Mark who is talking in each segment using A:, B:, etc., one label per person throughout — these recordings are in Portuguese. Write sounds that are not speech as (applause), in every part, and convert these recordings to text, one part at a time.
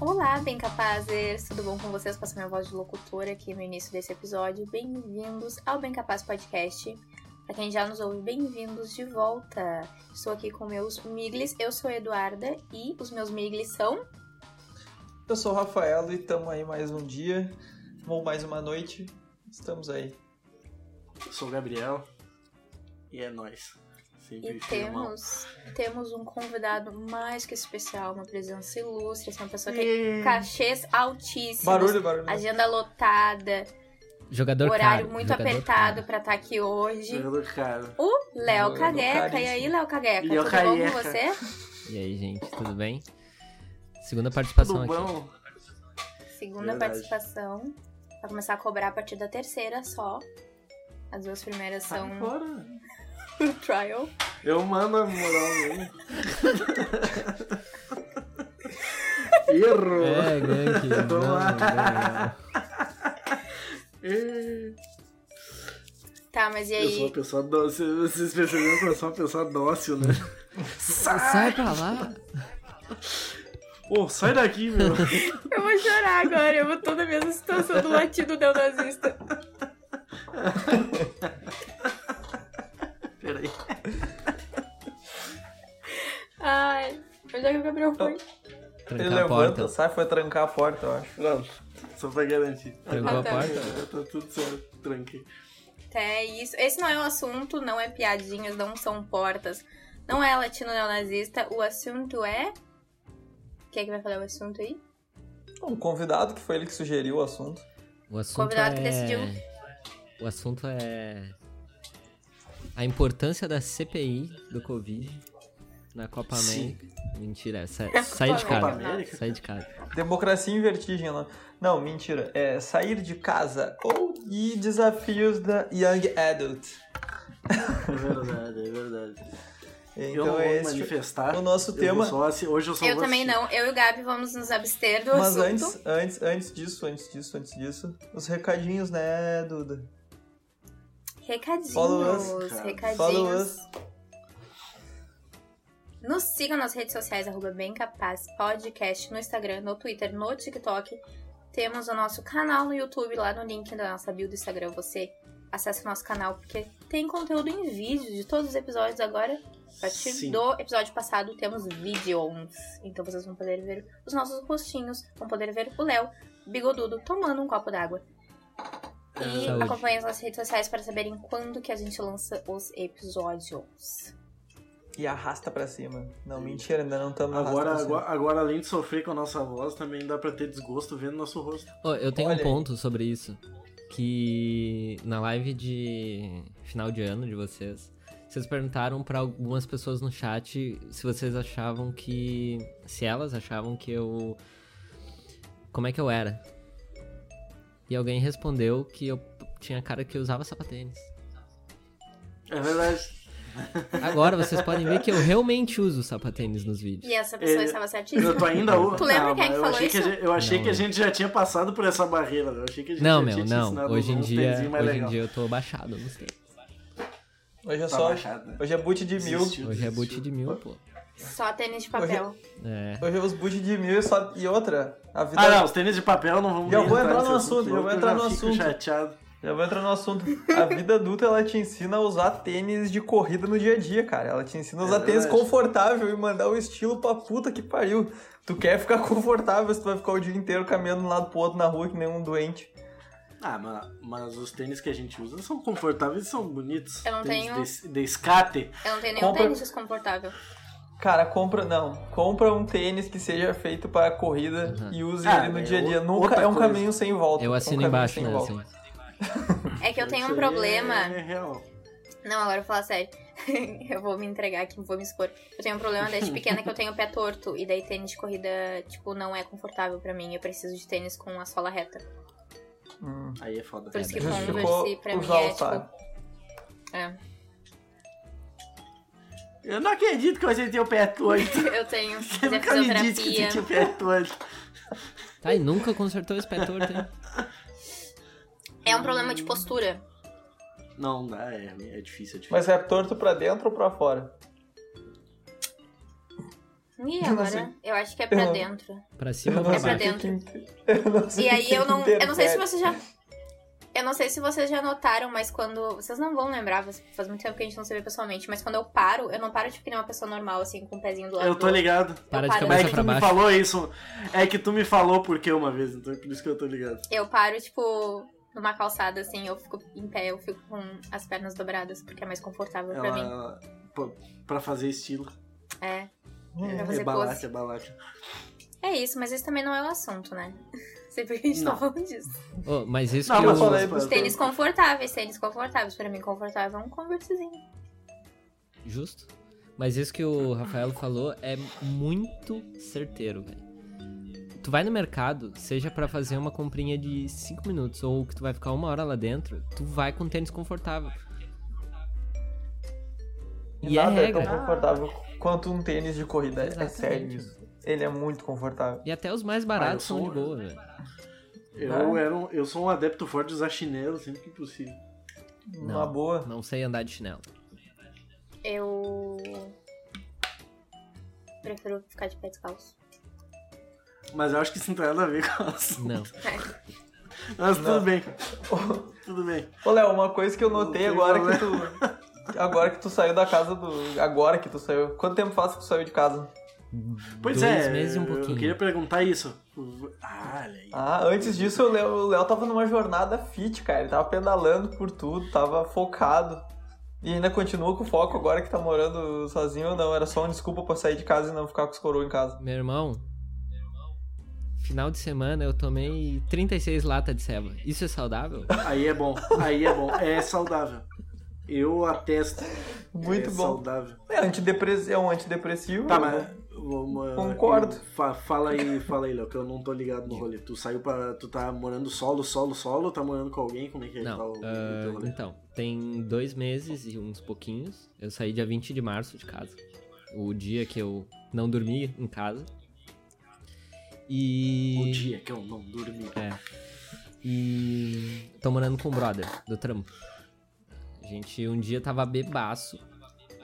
A: Olá, bem capazes! Tudo bom com vocês? Passei minha voz de locutora aqui no início desse episódio. Bem-vindos ao Bem Capaz Podcast. Para quem já nos ouve, bem-vindos de volta. Estou aqui com meus miglis. Eu sou a Eduarda e os meus miglis são.
B: Eu sou o Rafael e estamos aí mais um dia, ou mais uma noite. Estamos aí.
C: Eu sou o Gabriel e é nóis. Sempre
A: E
C: firmão.
A: temos, temos um convidado mais que especial, uma presença ilustre, essa é uma pessoa que tem
C: E-
A: cachês altíssimos,
B: Barulho, barulho.
A: agenda lotada,
D: Jogador
A: horário
D: caro,
A: muito
D: jogador
A: apertado
D: caro.
A: para estar aqui hoje.
C: Jogador caro.
A: O Léo
B: Jogador
A: Cagueca. E
B: caríssimo.
A: aí, Léo Cagueca,
C: Léo
A: tudo bom com
C: Cagueca.
A: você?
D: E aí, gente, tudo bem? Segunda
C: Tudo
D: participação aqui.
C: bom?
A: Segunda
C: Verdade.
A: participação. Vai começar a cobrar a partir da terceira só. As duas primeiras (laughs)
C: Sai
A: são
C: fora.
A: trial.
C: Eu mando a moral mesmo.
A: (laughs)
C: Erro! (laughs)
D: É, gank.
C: Vamos lá.
D: não,
C: É.
A: Tá,
D: É.
A: mas e
C: Eu sou uma
A: aí?
C: pessoa dócil. Vocês perceberam que eu sou uma pessoa dócil, né?
D: não.
C: Sai!
D: Sai pra lá.
C: Ô, sai daqui, meu!
A: Eu vou chorar agora, eu tô na mesma situação do latido neonazista.
C: Peraí.
A: Ai, onde é que o Gabriel foi?
B: Ele
D: Trancar a
B: levanta,
D: porta.
B: sai, foi trancar a porta, eu acho.
C: Não, só pra garantir.
D: Trancou
A: Ah,
D: a
A: tá.
D: porta?
C: Tá tudo certo, tranquei.
A: É isso. Esse não é o assunto, não é piadinhas, não são portas. Não é latino neonazista. O assunto é. Quem é que vai falar o assunto aí?
B: Um convidado que foi ele que sugeriu o assunto.
D: O assunto
A: Convidado que
D: é...
A: decidiu.
D: O assunto é... A importância da CPI do Covid na Copa
C: Sim.
D: América.
A: (laughs)
D: Mentira, sai, sai de
A: Copa
D: casa.
C: América?
D: Sai de casa.
B: Democracia em vertigem lá. Não, mentira. É sair de casa ou e desafios da Young Adult.
C: É verdade, é verdade. eu não
B: Então
C: vou
B: é
C: me
B: esse
C: manifestar.
B: o nosso
C: Eu
B: tema.
C: vou só assi- hoje eu só
A: eu
C: vou assim.
A: também
C: assistir.
A: não. Eu e o Gabi vamos nos abster
C: um
A: do
B: Mas
A: assunto.
B: antes, antes, antes disso, antes disso, antes disso, os recadinhos, né, Duda?
A: Recadinhos.
B: Follow us,
C: cara.
A: recadinhos.
B: Follow us.
A: Nos sigam nas redes sociais, arroba Bem Capaz Podcast, no Instagram, no Twitter, no TikTok. Temos o nosso canal no YouTube, lá no link da nossa bio do Instagram. Você acessa o nosso canal, porque tem conteúdo em vídeo de todos os episódios agora. A partir
C: Sim.
A: do episódio passado, temos vídeos. Então vocês vão poder ver os nossos rostinhos, vão poder ver o Léo, bigodudo, tomando um copo d'água. E
C: É,
D: Saúde.
A: acompanhem as nossas redes sociais para saberem quando que a gente lança os episódios.
B: E arrasta pra cima. Não, mentira, ainda não estamos
C: Agora, agora, agora, além de sofrer com a nossa voz, também dá pra ter desgosto vendo nosso rosto.
D: Ó, eu tenho
B: Olha aí.
D: um ponto sobre isso. Que na live de final de ano de vocês, vocês perguntaram pra algumas pessoas no chat se vocês achavam que. Se elas achavam que eu. Como é que eu era? E alguém respondeu que eu tinha cara que eu usava sapatênis.
C: É verdade.
D: Agora vocês podem ver que eu realmente uso sapatênis nos vídeos.
A: E essa pessoa
C: É,
A: estava certíssima.
C: Eu tô ainda.
A: Tu lembra
C: Não,
A: quem é que
C: mas eu
A: falou
C: achei a
A: isso?
C: gente- eu achei
D: Não,
C: que a
D: eu-
C: gente já tinha passado por essa barreira. né? Eu achei que a gente
D: Não,
C: já
D: meu,
C: tinha te
D: não.
C: ensinado
D: Hoje em
C: uns
D: dia,
C: tênis mais
D: hoje em
C: legal.
D: dia eu tô baixado nos tênis.
B: Hoje é
C: Tá
B: só.
C: baixado, né?
B: Hoje é boot de mil.
C: Desistiu,
D: Hoje é
C: desistiu.
D: boot de mil, pô.
A: Só tênis de papel.
D: É.
B: Hoje é os boot de mil e, só... e outra. A vida.
C: Ah, não, os tênis de papel não vão
B: Já
C: nem
B: vou entrar
C: nesse
B: no assunto, já vou
C: porque eu
B: entrar no
C: fico
B: assunto.
C: chateado.
B: Já vou entrar no assunto. A vida adulta, ela te ensina a usar tênis de corrida no dia a dia, cara. Ela te ensina a
C: É
B: usar tênis
C: verdade.
B: confortável e mandar o estilo pra puta que pariu. Tu quer ficar (laughs) confortável se tu vai ficar o dia inteiro caminhando de um lado pro outro na rua que nem um doente.
C: Ah, mas, mas os tênis que a gente usa são confortáveis e são bonitos.
A: Eu não
C: Tênis
A: tenho-
C: De, de escate.
A: Eu não tenho nenhum
B: Compra-
A: tênis desconfortável.
B: Cara, compra. Não. Compra um tênis que seja feito pra corrida
D: Uhum.
B: e use
C: Ah,
B: ele no
C: é
B: dia a dia.
C: o-
B: Nunca
C: outra
B: é um
C: coisa.
B: caminho sem volta. É
D: Eu
B: um
D: assino
B: caminho
D: embaixo,
B: sem
D: né?
B: volta.
D: Assim.
A: É que eu tenho
C: Isso
A: um
C: aí
A: problema.
C: É real.
A: Não, agora eu vou falar sério. (laughs) eu vou me entregar aqui, vou me expor. Eu tenho um problema desde pequena que eu tenho o pé torto. E daí tênis de corrida, tipo, não é confortável pra mim. Eu preciso de tênis com a sola reta.
B: Hum.
C: Aí é foda.
A: Por isso que
D: É,
B: justificou
A: Converse pra mim
B: usar
A: é
B: o tá. saco.
A: tipo. É,
C: Eu não acredito que você tem o pé torto.
A: (laughs) eu tenho
C: Eu nunca me disse
A: fisioterapia.
C: que você tinha o pé torto.
D: Tá, e nunca consertou o inspetor, hein?
A: É um problema de postura.
C: Não, dá, é, é difícil, é difícil.
B: Mas é torto pra dentro ou pra fora?
A: Ih,
B: Eu não sei.
A: agora
C: assim?
A: eu acho que é pra
B: Eu-
A: dentro.
D: Pra cima
B: Eu
D: ou
B: não
D: pra
A: É
B: sei
A: pra
B: o
D: baixo?
B: que
A: dentro.
B: que- (laughs) eu não
A: E
B: sei o
A: aí
B: que
A: eu
B: que
A: não. Eu não sei se
B: interfere.
A: vocês já. Eu não sei se vocês já notaram, mas quando. Vocês não vão lembrar, faz faz muito tempo que a gente não se vê pessoalmente, mas quando eu paro, eu não paro tipo que nem uma pessoa normal, assim, com o pezinho do lado.
C: Eu
A: do
C: tô
A: outro.
C: ligado.
D: Para
A: Eu paro. assim,
D: de
C: Mas
D: cabeça
C: é que tu
D: pra
C: me
D: baixo.
C: falou isso. É que tu me falou por que uma vez, então é por isso que eu tô ligado.
A: Eu paro, tipo, numa calçada, assim, eu fico em pé, eu fico com as pernas dobradas, porque é mais confortável pra mim.
C: Ela. pô, Pra fazer estilo.
A: É. Pra
C: É,
A: fazer
C: é balaca,
A: pose.
C: é balaca.
A: É isso, mas esse também não é o assunto, né? (laughs) Sempre que a gente tá
C: Não.
A: falando disso.
D: Ô, mas isso
C: Não,
D: que
C: mas
D: eu...
B: falei
C: mas-
B: dos
A: Tênis confortáveis, tênis confortáveis. Pra mim, confortável é um conversezinho.
D: Justo. Mas isso que o Rafael falou é muito certeiro, velho. Tu vai no mercado, seja pra fazer uma comprinha de 5 minutos ou que tu vai ficar uma hora lá dentro, tu vai com tênis confortável. E é
B: Nada é tão
D: regra.
B: confortável quanto um tênis de corrida. É
D: Exatamente.
B: sério isso. Ele é muito confortável.
D: E até os mais
C: Ah, eu
D: baratos
C: sou
D: são de
C: um-
D: boa, velho.
C: Eu, era um- eu sou um adepto forte de usar chinelo sempre que possível.
B: Uma boa.
D: Não sei andar de chinelo.
A: Eu. Prefiro ficar de pé descalço.
C: Mas eu acho que isso não tem nada a ver com o assunto.
D: Não.
C: É. Mas
B: Não.
C: tudo bem. Tudo bem.
B: Ô, Léo, uma coisa que eu notei
C: Não tem
B: agora que tu. Agora que tu saiu da casa do. Agora que tu saiu. Quanto tempo faz que tu saiu de casa?
C: Pois
D: Dois
C: é,
D: meses e um
C: eu
D: pouquinho.
C: queria perguntar isso. Ah, olha aí.
B: Ah, antes disso o Léo, o Léo tava numa jornada fit, cara. Ele tava pedalando por tudo, tava focado. E ainda continua com foco agora que tá morando sozinho ou não? Era só uma desculpa pra sair de casa e não ficar com os coroa em casa.
D: Meu irmão, final de semana eu tomei 36 latas de ceba. Isso é saudável?
C: Aí é bom, aí é bom. É saudável. Eu atesto.
B: Muito
C: é
B: bom.
C: saudável.
B: É, antidepres... é um antidepressivo.
C: Tá,
B: né?
C: mas. uma-
B: Concordo.
C: eu- fa- fala aí, fala aí, Léo, que eu não tô ligado no rolê. Tu saiu pra. Tu tá morando solo, solo, solo, ou tá morando com alguém? Como é que é que tá
D: Não,
C: o o
D: ah,
C: teu rolê?
D: então, tem dois meses e uns pouquinhos. Eu saí dia 20 de março de casa. O dia que eu não dormi em casa.
C: O
D: E. É.
C: dia que eu não dormi.
D: E. Tô morando com o brother do trampo. A gente um dia tava bebaço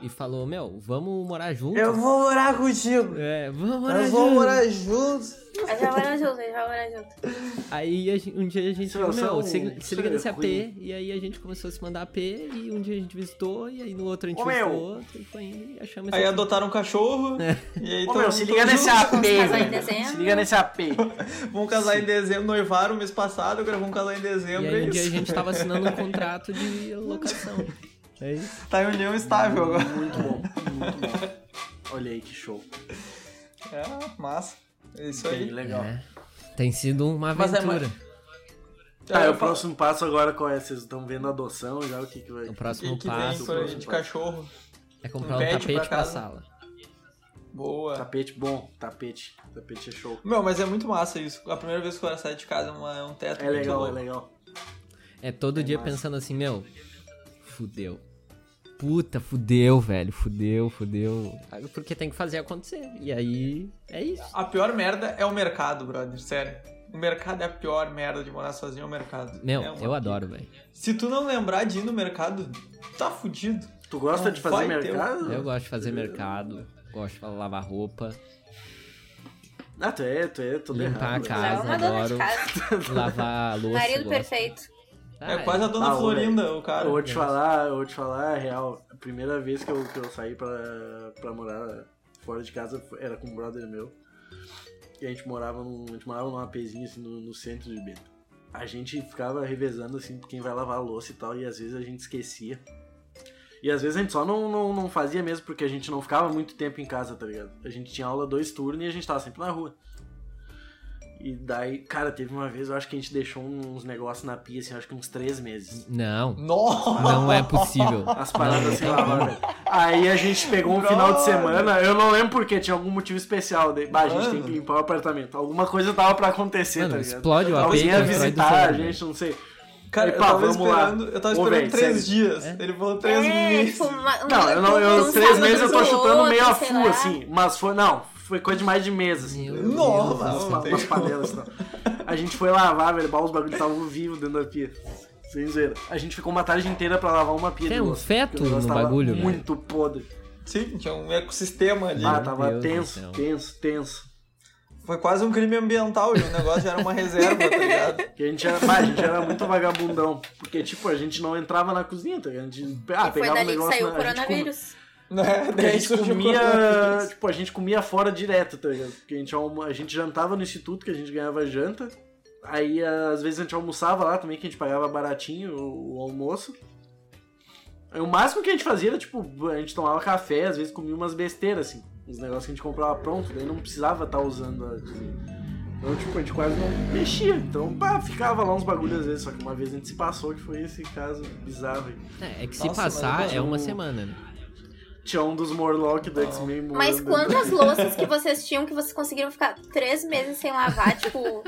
D: e falou: Meu, vamos morar junto?
B: Eu vou morar contigo.
D: É, vamos morar
B: Nós
D: junto.
B: vamos morar juntos.
A: A gente vai morar junto, a gente vai morar junto.
D: Aí a gen- um dia a gente
C: Isso é-
D: falou,
C: isso é um-
D: meu, se,
C: isso
D: se liga
C: é
D: nesse AP,
C: ruim.
D: e aí a gente começou a se mandar AP, e um dia a gente visitou, e aí no outro a gente
C: Ô,
D: visitou
C: meu.
D: outro, e foi indo e achamos
B: Aí
D: esse-
B: adotaram um cachorro.
D: É.
B: E aí
C: Ô
B: tão-
C: meu, se
B: tão
C: liga nesse
B: juntos.
C: AP,
B: (laughs)
A: casar em
C: velho.
A: dezembro.
C: Se liga nesse AP.
B: Vão casar em dezembro, noivaram mês passado, gravou um casar em dezembro.
D: E
B: é
D: aí um dia a
B: isso.
D: gente tava assinando um
C: (laughs)
D: contrato de locação. É isso.
B: (laughs) Tá em união estável
D: Hum.
B: agora.
C: Muito bom, muito bom. Olha aí que show.
B: É, massa. É isso
C: Bem
B: aí.
C: legal.
D: É. Tem sido uma
B: Mas é
D: aventura.
C: Tá,
B: eu
C: o
B: falo-
C: próximo passo agora qual é? Vocês estão vendo a adoção já? O que, que vai.
D: O
B: que,
D: próximo
B: que vem
D: passo
B: por aí de
C: passo.
B: cachorro?
D: é comprar um
B: Pede pra
D: tapete pra
B: casa.
D: sala.
B: Boa.
C: Tapete bom, tapete. Tapete é show.
B: Meu, mas é muito massa isso. A primeira vez que eu saí de casa é, uma- é um teto
C: É
B: muito
C: legal, é
B: louco.
C: legal.
D: É todo
C: É
D: dia
C: massa.
D: pensando assim, meu, fudeu. Puta, fudeu, velho, fudeu, fudeu. Porque tem que fazer acontecer. E aí, é isso.
B: A pior merda é o mercado, brother, sério. O mercado é a pior merda de morar sozinho, é o mercado.
D: Meu,
B: É uma-
D: eu adoro, velho.
B: Se tu não lembrar de ir no mercado, tá fudido.
C: Tu gosta
B: Não
C: de fazer
B: vai ter um-
C: mercado?
D: Eu gosto de fazer mercado, gosto de
C: (laughs)
D: lavar roupa,
C: Ah, tu é, tu é, tudo
D: Limpar
C: errado.
D: a
A: Ela é
D: Casa,
A: uma dona de
D: adoro.
A: casa.
D: lavar a louça.
A: Marido
D: gosto.
A: perfeito.
D: Ah,
B: é quase a dona
C: Ah, ô,
B: Florinda, o cara.
C: Eu vou te falar, eu vou te falar a real. A primeira vez que eu, que eu saí pra, pra morar fora de casa era com um brother meu. E a gente morava num, a gente morava num apezinho assim, no, no centro de Bento. A gente ficava revezando assim quem vai lavar a louça e tal, e às vezes a gente esquecia. E às vezes a gente só não, não, não fazia mesmo porque a gente não ficava muito tempo em casa, tá ligado? A gente tinha aula dois turnos e a gente tava sempre na rua. E daí, cara, teve uma vez, eu acho que a gente deixou uns negócios na pia, assim, eu acho que uns três meses.
D: Não,
B: Nossa!
D: não é possível.
C: As paradas
D: Não, não
C: sem
D: tem
C: lavar,
D: como.
C: velho. Aí a gente pegou um
B: Brother.
C: final de semana, eu não lembro porquê, tinha algum motivo especial. Daí, bah, a gente
B: Mano.
C: tem que limpar o apartamento. Alguma coisa tava pra acontecer,
D: Mano,
C: tá ligado?
D: explode o AP,
C: Alguém ia
D: destrói do
C: visitar a
D: fogo,
C: gente, não sei.
B: Cara,
C: Aí,
B: eu
C: pá,
B: tava
C: vamos lá.
B: esperando, eu tava
C: Ô,
B: esperando
C: véi,
B: três dias.
D: É.
B: Ele falou três
A: É,
B: meses.
A: tipo, uma, um-
C: Não, eu não, eu,
A: um
C: três
A: sábado
C: meses eu tô
A: pro
C: chutando meio a
A: outro, sei
C: full,
A: lá.
C: assim. Mas foi, não, foi coisa de mais de mês, assim.
D: Meu
B: Nossa,
D: Deus do
C: Uma-
B: tem
C: umas
B: como.
C: panelas e tal. A gente foi lavar, velho, bah, os bagulhos estavam vivos dentro da pia. Sem zoeira. A gente ficou uma tarde inteira pra lavar uma pia
D: Tem
C: de
D: um
C: louça,
D: feto
C: porque o negócio
D: no
C: tava
D: bagulho, velho.
C: muito podre.
B: Sim, tinha um ecossistema ali.
C: Ah,
D: Meu
C: tava
D: Deus do
C: tenso,
D: céu.
C: tenso, tenso.
B: Foi quase um crime ambiental, e o negócio já era uma reserva, tá ligado?
C: Porque a gente era, pá, a gente era muito vagabundão. Porque, tipo, a gente não entrava na cozinha, tá ligado? A gente ah,
A: e foi
C: pegava um
A: dali que
C: negócio.
A: saiu o
C: na- a gente comia-
A: coronavírus.
B: (laughs) Né?
C: Porque a
B: Daí
C: gente
B: surgiu o
C: comia,
B: coronavírus.
C: tipo, a gente comia fora direto, tá ligado? Porque a gente, almo- a gente jantava no instituto, que a gente ganhava janta. Aí, às vezes, a gente almoçava lá também, que a gente pagava baratinho o, o almoço. Aí, o máximo que a gente fazia era, tipo, a gente tomava café, às vezes comia umas besteiras, assim. Uns negócios que a gente comprava pronto, daí não precisava estar usando a cozinha. Então, tipo, a gente quase não mexia. Então, pá, ficava lá uns bagulhos às vezes. Só que uma vez a gente se passou, que foi esse caso bizarro aí.
D: É, é que se
B: Nossa, mas
D: passar
B: eu-
D: é uma semana, né?
C: Tinha um dos Morlock do X-Men
A: Mas
C: morando.
A: quantas louças que vocês tinham que vocês conseguiram ficar três meses sem
C: (laughs)
A: lavar? Tipo,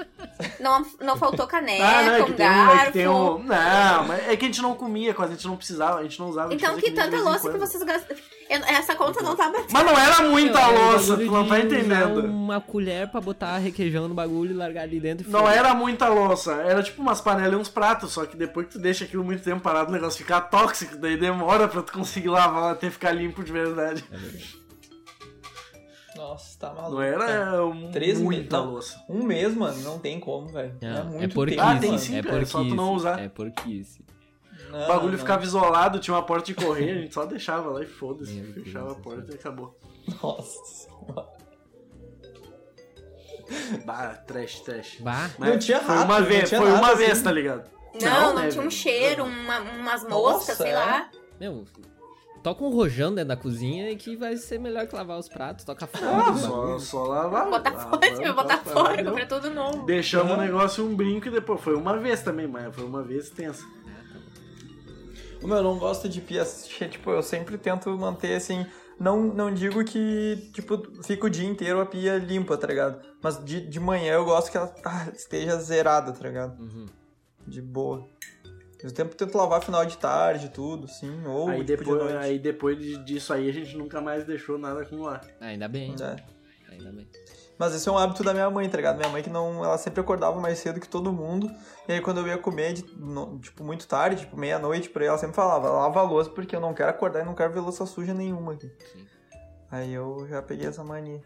A: não, não faltou caneca,
C: Ah, não, é que
A: um
C: tem um, é que
A: garfo.
C: tem um. Não, mas é que a gente não comia quase, a gente não precisava, a gente não usava. a gente
A: Então,
C: fazia
A: que
C: comida de
A: tanta
C: vez em
A: louça que
C: quando.
A: vocês gastaram. Eu- Essa conta não tá batendo.
C: Mas não era muita
D: Meu, é um
C: louça,
D: bagulho
C: tu não tá
D: de usar
C: entendendo.
D: Uma colher pra botar requeijão no bagulho e largar ali dentro. e
C: Não é
D: foda.
C: era muita louça, era tipo umas panelas e uns pratos, só que depois que tu deixa aquilo muito tempo parado, o negócio fica tóxico, daí demora pra tu conseguir lavar até ficar limpo de verdade.
B: Nossa, tá maluco.
C: Não era um-
B: Três meses,
C: muita
B: não.
C: louça.
B: Um mês, mano, não tem como, velho.
D: Não,
B: é
D: é
B: muito
D: porquice.
B: tempo,
C: Ah, tem
B: mano.
C: sim,
D: é
C: cara,
D: porquice.
C: só tu não usar.
D: É porquice.
B: Não,
C: O bagulho
B: não.
C: ficava isolado, tinha uma porta de correr, a gente só deixava lá e foda-se,
D: Meu Deus
C: fechava a
D: do
C: porta e acabou.
B: Nossa.
C: Bah, trash, trash.
D: Bah.
B: Não tinha
C: foi
B: rato,
C: uma
B: não
C: vez,
B: tinha
C: foi
B: nada,
C: uma
B: assim.
C: vez, tá ligado?
A: Não, não,
C: né,
A: tinha um
C: velho?
A: cheiro, uma- umas
B: Nossa,
A: moscas, sei
B: é?
A: lá.
D: Meu, toca um rojão dentro da cozinha e que vai ser melhor que lavar os pratos, toca fora.
C: Ah,
D: do
C: só,
D: bagulho.
C: só lavar.
A: Botar
C: lavar,
A: fora, (laughs) tive que botar
C: lavar,
A: fora,
C: entendeu?
A: comprar tudo novo.
C: Deixamos
B: Uhum.
C: o negócio um brinco e depois. Foi uma vez também, mas foi uma vez tensa.
B: O meu, eu não gosto de pia. che- Tipo, eu sempre tento manter assim. Não, não digo que, tipo, fica o dia inteiro a pia limpa, tá ligado? Mas de, de manhã eu gosto que ela (laughs) ah, esteja zerada, tá ligado?
D: Uhum.
B: De boa. Eu tempo tento lavar final de tarde, tudo, sim. Ou
C: aí,
B: tipo, de
C: depois,
B: noite.
C: aí depois de- disso aí a gente nunca mais deixou nada acumular.
D: Ah, Ainda bem,
B: É.
D: ainda bem.
B: Mas esse é um hábito da minha mãe, tá ligado? Minha mãe que não. Ela sempre acordava mais cedo que todo mundo. E aí quando eu ia comer, de- no- tipo, muito tarde, tipo, meia-noite, por aí, ela sempre falava, lava a louça, porque eu não quero acordar e não quero ver louça suja nenhuma aqui.
D: Sim.
B: Aí eu já peguei essa mania.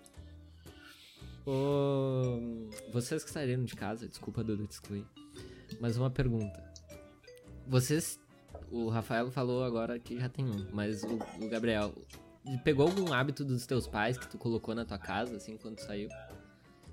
D: Ô, vocês que saíram de casa, desculpa Dudu te excluir, mas uma pergunta. Vocês, o Rafael falou agora que já tem um, mas o, o Gabriel, pegou algum hábito dos teus pais que tu colocou na tua casa, assim, quando tu saiu?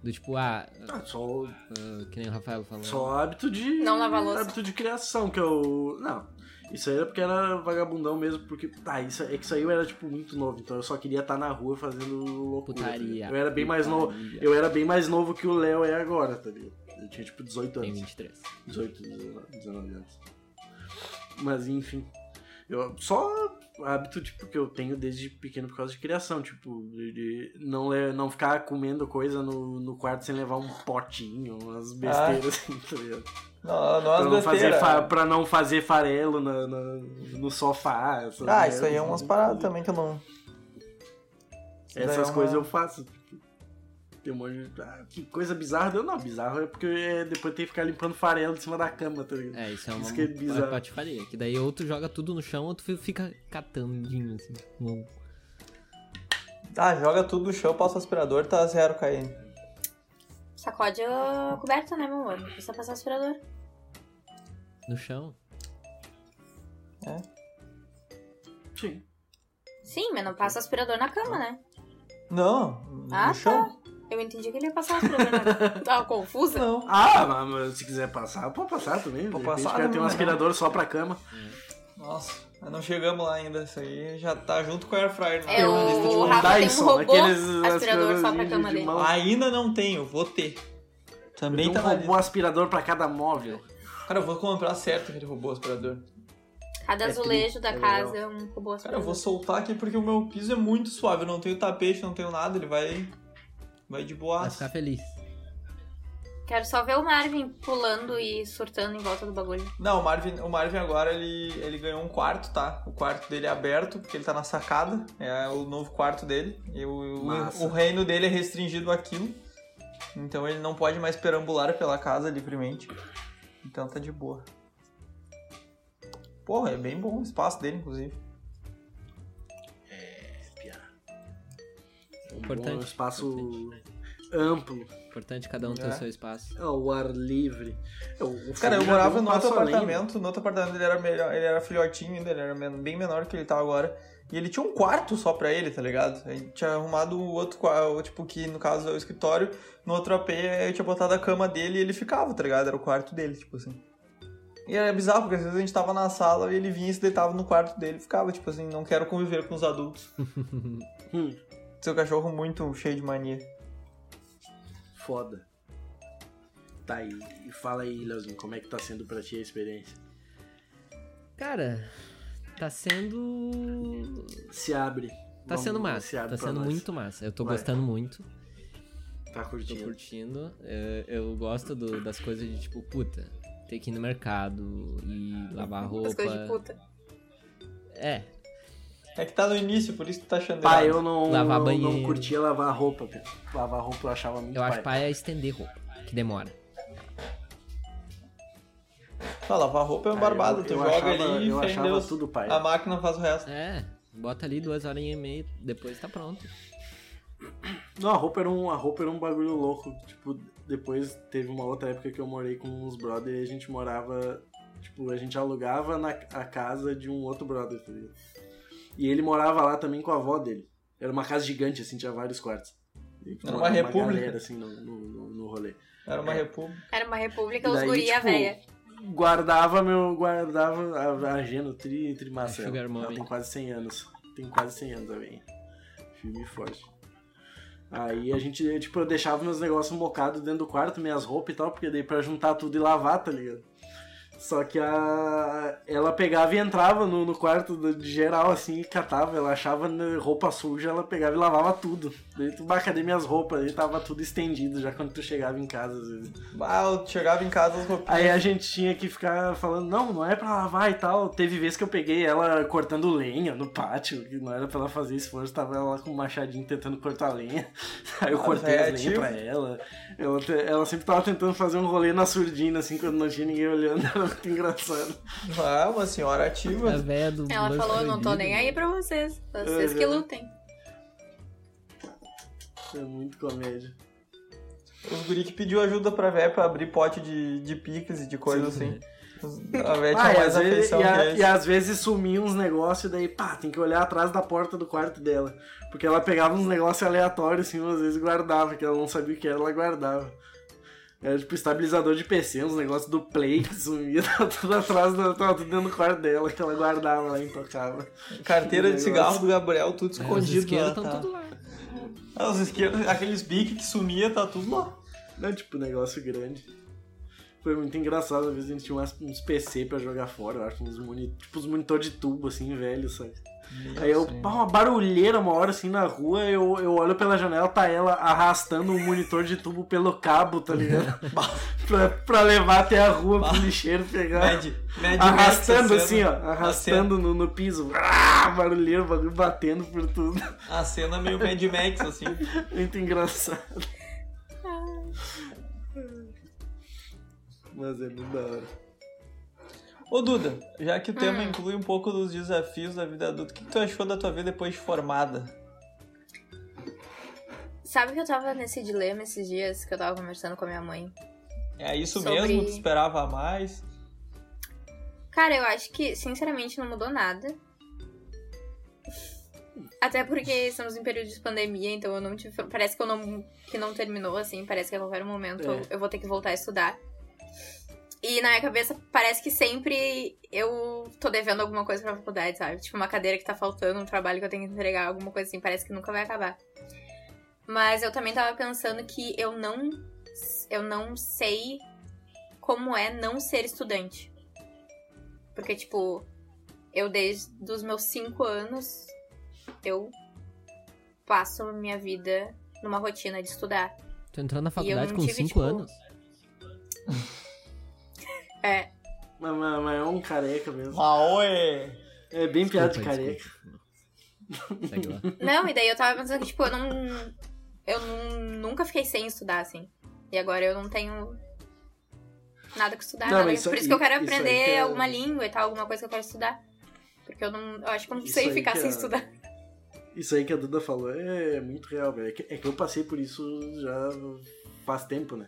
D: Do tipo, ah,
C: Ah, só,
D: ah, que nem o Rafael falou.
C: só hábito de.
A: Não lavar louça.
C: Hábito de criação, que eu. Não. Isso aí era porque era vagabundão mesmo, porque. Tá, isso, é que isso aí eu era, tipo, muito novo, então eu só queria estar na rua fazendo loucura. tá
D: Putaria.
C: Eu era bem mais novo.
D: putaria.
C: Eu era bem mais novo que o Léo é agora, tá ligado? Eu tinha tipo 18
D: Tem
C: anos.
D: 23.
C: 18, 19, 19 anos. Mas enfim. Eu só hábito tipo que eu tenho desde pequeno por causa de criação, tipo, de, de não le- não ficar comendo coisa no, no quarto sem levar um potinho, umas besteiras (laughs) assim, tá ligado?
B: Não, não
C: Pra
B: as
C: não, Então, fazer
B: Ah. besteiras.
C: fa- pra não fazer farelo na- na- no sofá. essas
B: Ah, isso aí é
C: merdas,
B: umas
C: né?
B: paradas também que eu não. Isso daí é
C: Essas
B: uma-
C: coisas eu faço. Tem um monte de... ah, que coisa bizarra. Deu não, bizarro é porque é, depois tem que ficar limpando farelo de cima da cama, tá ligado?
D: É, isso é uma
C: Isso que é bizarro.
D: uma patifaria. Que daí ou tu joga tudo no chão ou tu fica catandinho, assim. Bom,
B: Ah, joga tudo no chão, passa o aspirador, tá zero KM.
A: Sacode a coberta, né, meu amor? Não precisa passar aspirador.
D: no chão.
B: É.
C: Sim.
A: Sim, mas não passa aspirador na cama, né?
B: Não,
A: Ah,
B: no chão?
A: Eu entendi que ele ia passar aspirador na cama. Tava confusa?
B: Não.
C: Ah, mas, mas se quiser passar, pode passar também.
B: Pode
C: de repente
B: passar,
C: o cara tem um
B: não,
C: aspirador só pra cama.
B: Nossa, mas não chegamos lá ainda. Isso aí já tá junto com o Air Fryer. na
A: É,
B: minha
C: tipo
B: lista de
A: o
B: compras.
A: Rafa tem um robô aspirador
C: aspiradores
A: só pra
C: de-
A: cama
C: de
A: dele.
C: mão.
D: Ah,
B: Ainda não tenho, vou ter. Também
C: Tem
B: tá
C: um
B: na
C: robô
B: lista.
C: aspirador pra cada móvel.
B: Cara, eu vou comprar certo aquele robô aspirador.
A: Cada
C: É
A: azulejo
C: tri-
A: da
C: é
A: casa é um robô
B: Cara, eu vou
A: aspirador.
B: soltar aqui porque o meu piso é muito suave. Eu não tenho tapete, não tenho nada. Ele vai. Vai de
D: Vai
B: boa.
D: ficar feliz.
A: Quero só ver o Marvin pulando e surtando em volta do bagulho.
B: Não, o Marvin, o Marvin agora ele, ele ganhou um quarto, tá? O quarto dele é aberto, porque ele tá na sacada. É o novo quarto dele. E o,
C: Massa.
B: o, o reino dele é restringido àquilo. Então ele não pode mais perambular pela casa livremente. Então tá de boa. Porra, é bem bom o espaço dele, inclusive.
C: É, piá. bom, um
D: Importante,
C: espaço amplo,
D: Importante cada um ter o
B: É.
D: seu espaço.
C: ao ar livre. É O- o
B: Cara, eu
C: Felipe
B: morava
C: já deu um
B: no outro
C: passo além.
B: apartamento, no outro apartamento ele era melhor, ele era filhotinho ainda, ele era men- bem menor que ele tá agora. E ele tinha um quarto só pra ele, tá ligado? A gente tinha arrumado o outro quarto, tipo, que no caso é o escritório, no outro AP eu tinha botado a cama dele e ele ficava, tá ligado? Era o quarto dele, tipo assim. E era bizarro, porque às vezes a gente tava na sala e ele vinha e se deitava no quarto dele e ficava, tipo assim, não quero conviver com os adultos.
C: Hum,
B: Seu cachorro muito cheio de mania.
C: foda. Tá aí. E fala aí, Leozinho, como é que tá sendo pra ti a experiência?
D: Cara, tá sendo.
C: Se abre.
D: Tá
C: Vamos-
D: sendo massa.
C: se abre
D: Tá
C: pra
D: sendo
C: nós.
D: muito massa. Eu tô
C: Vai.
D: gostando muito.
C: Tá
D: Tô
C: curtindo.
D: curtindo. É, Eu, gosto do- das coisas de tipo, puta, ter que ir no mercado e lavar roupa.
A: As coisas de puta.
D: É,
B: É que tá no início, por isso que tu tá achando
C: Pai,
B: errado.
C: eu não,
D: Lavar
C: não, não
D: banheiro.
C: curtia lavar roupa, cara. Lavar roupa eu achava muito
D: eu acho
C: pai.
D: pai é estender roupa, que demora.
B: Ah, lavar roupa é um
C: Cara,
B: barbado,
C: eu-
B: tu
C: eu
B: joga
C: achava-
B: ali
C: Eu
B: e fé em
C: achava
B: Deus.
C: tudo pai.
B: A máquina faz o resto.
D: É, bota ali duas horas e meia, depois tá pronto.
C: Não, a roupa, era um, a roupa era um bagulho louco. Tipo, depois teve uma outra época que eu morei com uns brother e a gente morava. Tipo, a gente alugava na, a casa de um outro brother, tá ligado? E ele morava lá também com a avó dele. Era uma casa gigante, assim, tinha vários quartos. E, tipo,
B: Era uma república.
C: galera, assim, no, no, no- no rolê.
B: Era uma
C: É.
B: república.
A: Era uma república,
C: E
A: os
C: daí,
A: guria
C: tipo,
A: velha.
C: Guardava meu. Guardava a, a Geno tri, trimassa.
D: A Sugar
C: ela, ela
D: Mommy.
C: tem quase 100 anos. Tem quase 100 anos também. Filme forte. Aí a gente, tipo, eu deixava meus negócios mocados dentro do quarto, minhas roupas e tal, porque daí pra juntar tudo e lavar, tá ligado? Só que a. Ela pegava e entrava no, no quarto do- de geral, assim, e catava. Ela achava né, roupa suja, ela pegava e lavava tudo. Daí tu, bah, cadê minhas roupas? Aí tava tudo estendido já quando tu chegava em casa, às vezes.
B: Ah, eu chegava em casa, as roupinhas.
C: Aí a gente tinha que ficar falando, não, não é pra lavar e tal. Teve vez que eu peguei ela cortando lenha no pátio, que não era pra ela fazer esforço, tava ela lá com um machadinho tentando cortar lenha. (laughs) Aí eu
B: Ah,
C: cortei as lenhas
B: reativo.
C: pra ela. ela. te- Ela sempre tava tentando fazer um rolê na surdina, assim, quando não tinha ninguém olhando, (laughs) era muito engraçado.
B: Ah, uma senhora ativa.
D: A véia do
A: Ela
D: lanche
A: falou, não tô
D: proibido,
A: nem
D: né?
A: aí pra vocês. Vocês
C: Uhum.
A: que lutem.
C: É muito comédia.
B: Os guri que pediu ajuda pra véia pra abrir pote de, de picles e de coisas
D: Sim.
B: assim. Os- A véia É, tinha
C: Ah, e,
B: mais
C: às vezes,
B: afeição
C: e,
B: que
C: a-
B: eles.
C: e às vezes sumia uns negócios, daí pá, tem que olhar atrás da porta do quarto dela. Porque ela pegava uns negócios aleatórios, assim, às vezes guardava, que ela não sabia o que era, ela guardava. Era tipo estabilizador de PC, uns negócios do Play que sumia, (laughs) tava tudo atrás, da, tava tudo dentro do quarto dela, que ela guardava lá e tocava.
B: Carteira de
C: negócio.
B: cigarro do Gabriel, tudo
D: É, Os
B: escondido.
D: isqueiros
B: lá,
D: estão
B: tá.
D: tudo lá.
B: Ah, os isqueiros, aqueles biques que sumia, tá tudo lá.
C: Não, tipo, negócio grande. Foi muito engraçado, às vezes a gente tinha umas- uns PC pra jogar fora, eu acho, uns moni- tipo uns monitor de tubo, assim, velho, sabe? Aí eu, pá, uma barulheira uma hora assim na rua, eu, eu olho pela janela, tá ela arrastando um monitor de tubo pelo cabo, tá (laughs) ligado? pra, pra levar até a rua pro lixeiro pegar.
B: Mad, Mad
C: Arrastando
B: Max, a
C: assim, ó,
B: cena-
C: arrastando no, no piso. Ah, barulheiro, bagulho batendo por tudo. (laughs)
B: A cena, a cena meio Mad Max, assim.
C: Muito engraçado. Mas é muito da hora.
B: Ô Duda, já que o tema inclui um pouco dos desafios da vida adulta, o que que tu achou da tua vida depois de formada?
A: Sabe que eu tava nesse dilema esses dias que eu tava conversando com a minha mãe?
B: É isso
A: Sobre-
B: mesmo? Tu esperava mais?
A: Cara, eu acho que, sinceramente, não mudou nada. Até porque estamos em período de pandemia, então eu não tive. Parece que eu não. que não terminou, assim. Parece que a qualquer momento
C: É.
A: eu- eu vou ter que voltar a estudar. E na minha cabeça parece que sempre eu tô devendo alguma coisa pra faculdade, sabe? Tipo, uma cadeira que tá faltando, um trabalho que eu tenho que entregar, alguma coisa assim, parece que nunca vai acabar. Mas eu também tava pensando que eu não. Eu não sei como é não ser estudante. Porque, tipo, eu desde os meus cinco anos, eu passo a minha vida numa rotina de estudar.
D: Tu entrou na faculdade
A: não
D: com
A: tive,
D: 5
A: tipo,
D: anos.
A: É,
C: Mas, mas- mas é um careca mesmo.
B: Maoe!
C: É bem piada de
D: Desculpa,
C: careca.
D: desculpa. Segue lá.
A: Não, e daí eu tava pensando que, tipo, eu não. Eu não, nunca fiquei sem estudar, assim. E agora eu não tenho nada que estudar.
C: Não,
A: nada.
C: mas isso
A: Por isso
C: aí-
A: que eu quero
C: isso aí
A: aprender
C: que é-
A: alguma língua e tal, alguma coisa que eu quero estudar. Porque eu não. Eu acho que eu não
C: Isso
A: sei
C: aí
A: ficar
C: que
A: sem
C: é-
A: estudar.
C: Isso aí que a Duda falou é muito real, velho. É que, é que eu passei por isso já faz tempo, né?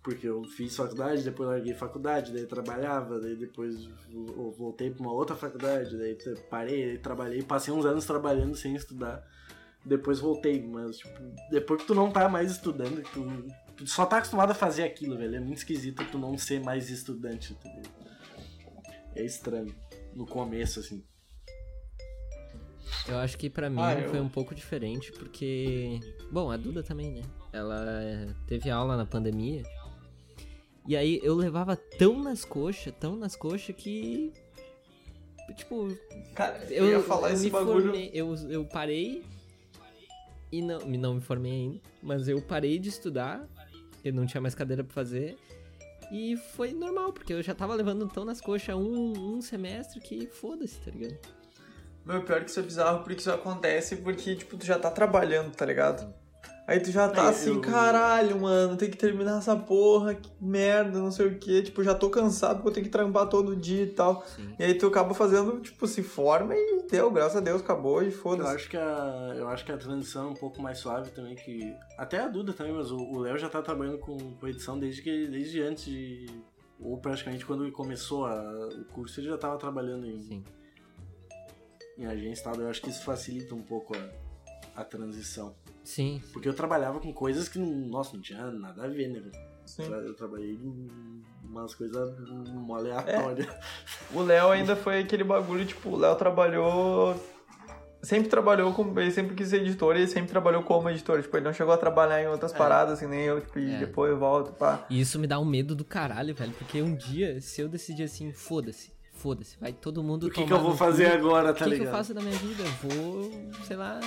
C: Porque eu fiz faculdade, depois larguei faculdade, daí trabalhava, daí depois vo- voltei pra uma outra faculdade, daí t- parei, daí trabalhei, passei uns anos trabalhando sem estudar, depois voltei, mas tipo, depois que tu não tá mais estudando, que tu, tu só tá acostumado a fazer aquilo, velho. É muito esquisito tu não ser mais estudante, entendeu? É estranho. No começo, assim.
D: Eu acho que pra mim
B: Ah, eu-
D: foi um pouco diferente, porque. Bom, a Duda também, né? Ela eh, teve aula na pandemia. E aí eu levava tão nas coxas, tão nas coxas que. Tipo,
B: Cara, eu,
D: eu,
B: ia falar
D: eu
B: esse
D: me
B: bagulho.
D: formei, eu, eu parei e não, me- não me formei ainda, mas eu parei de estudar, porque não tinha mais cadeira pra fazer. E foi normal, porque eu já tava levando tão nas coxas um, um semestre que foda-se, tá ligado?
B: Meu, pior que isso é bizarro porque isso acontece porque, tipo, tu já tá trabalhando, tá ligado? Aí tu já tá
C: Aí,
B: assim,
C: eu-
B: caralho, mano, tem que terminar essa porra, que merda, não sei o quê. Tipo, já tô cansado porque eu tenho que trampar todo dia e tal.
D: Sim.
B: E aí tu acaba fazendo, tipo, se forma e deu, graças a Deus, acabou e
C: Eu
B: foda-se.
C: acho, que a, eu acho que a transição é um pouco mais suave também que. Até a Duda também, mas o o Léo já tá trabalhando com, com edição desde que desde antes de. Ou praticamente quando ele começou a- o curso, ele já tava trabalhando em,
D: Sim.
C: em agência e tal. Eu acho que isso facilita um pouco a, a transição.
D: Sim,
C: Porque eu trabalhava com coisas que, não, nossa, não tinha nada a ver, né? velho?
B: Sim.
C: Eu trabalhei em umas coisas hum,
D: É, (laughs)
C: aleatórias.
B: O Léo ainda foi aquele bagulho, tipo, o Léo trabalhou. Sempre trabalhou com. Ele sempre quis ser editor e ele sempre trabalhou como editor. Tipo, ele não chegou a trabalhar em outras paradas, assim, nem eu, tipo, e
D: É.
B: depois eu volto, pá. (laughs)
D: E isso me dá um medo do caralho, velho. Porque um dia, se eu decidir assim, foda-se, foda-se, vai todo mundo
C: O que,
D: tomar
C: que eu vou
D: no
C: fazer
D: cu.
C: agora,
D: O
C: tá
D: que, que
C: ligado?
D: eu faço da minha vida? Eu vou, sei lá.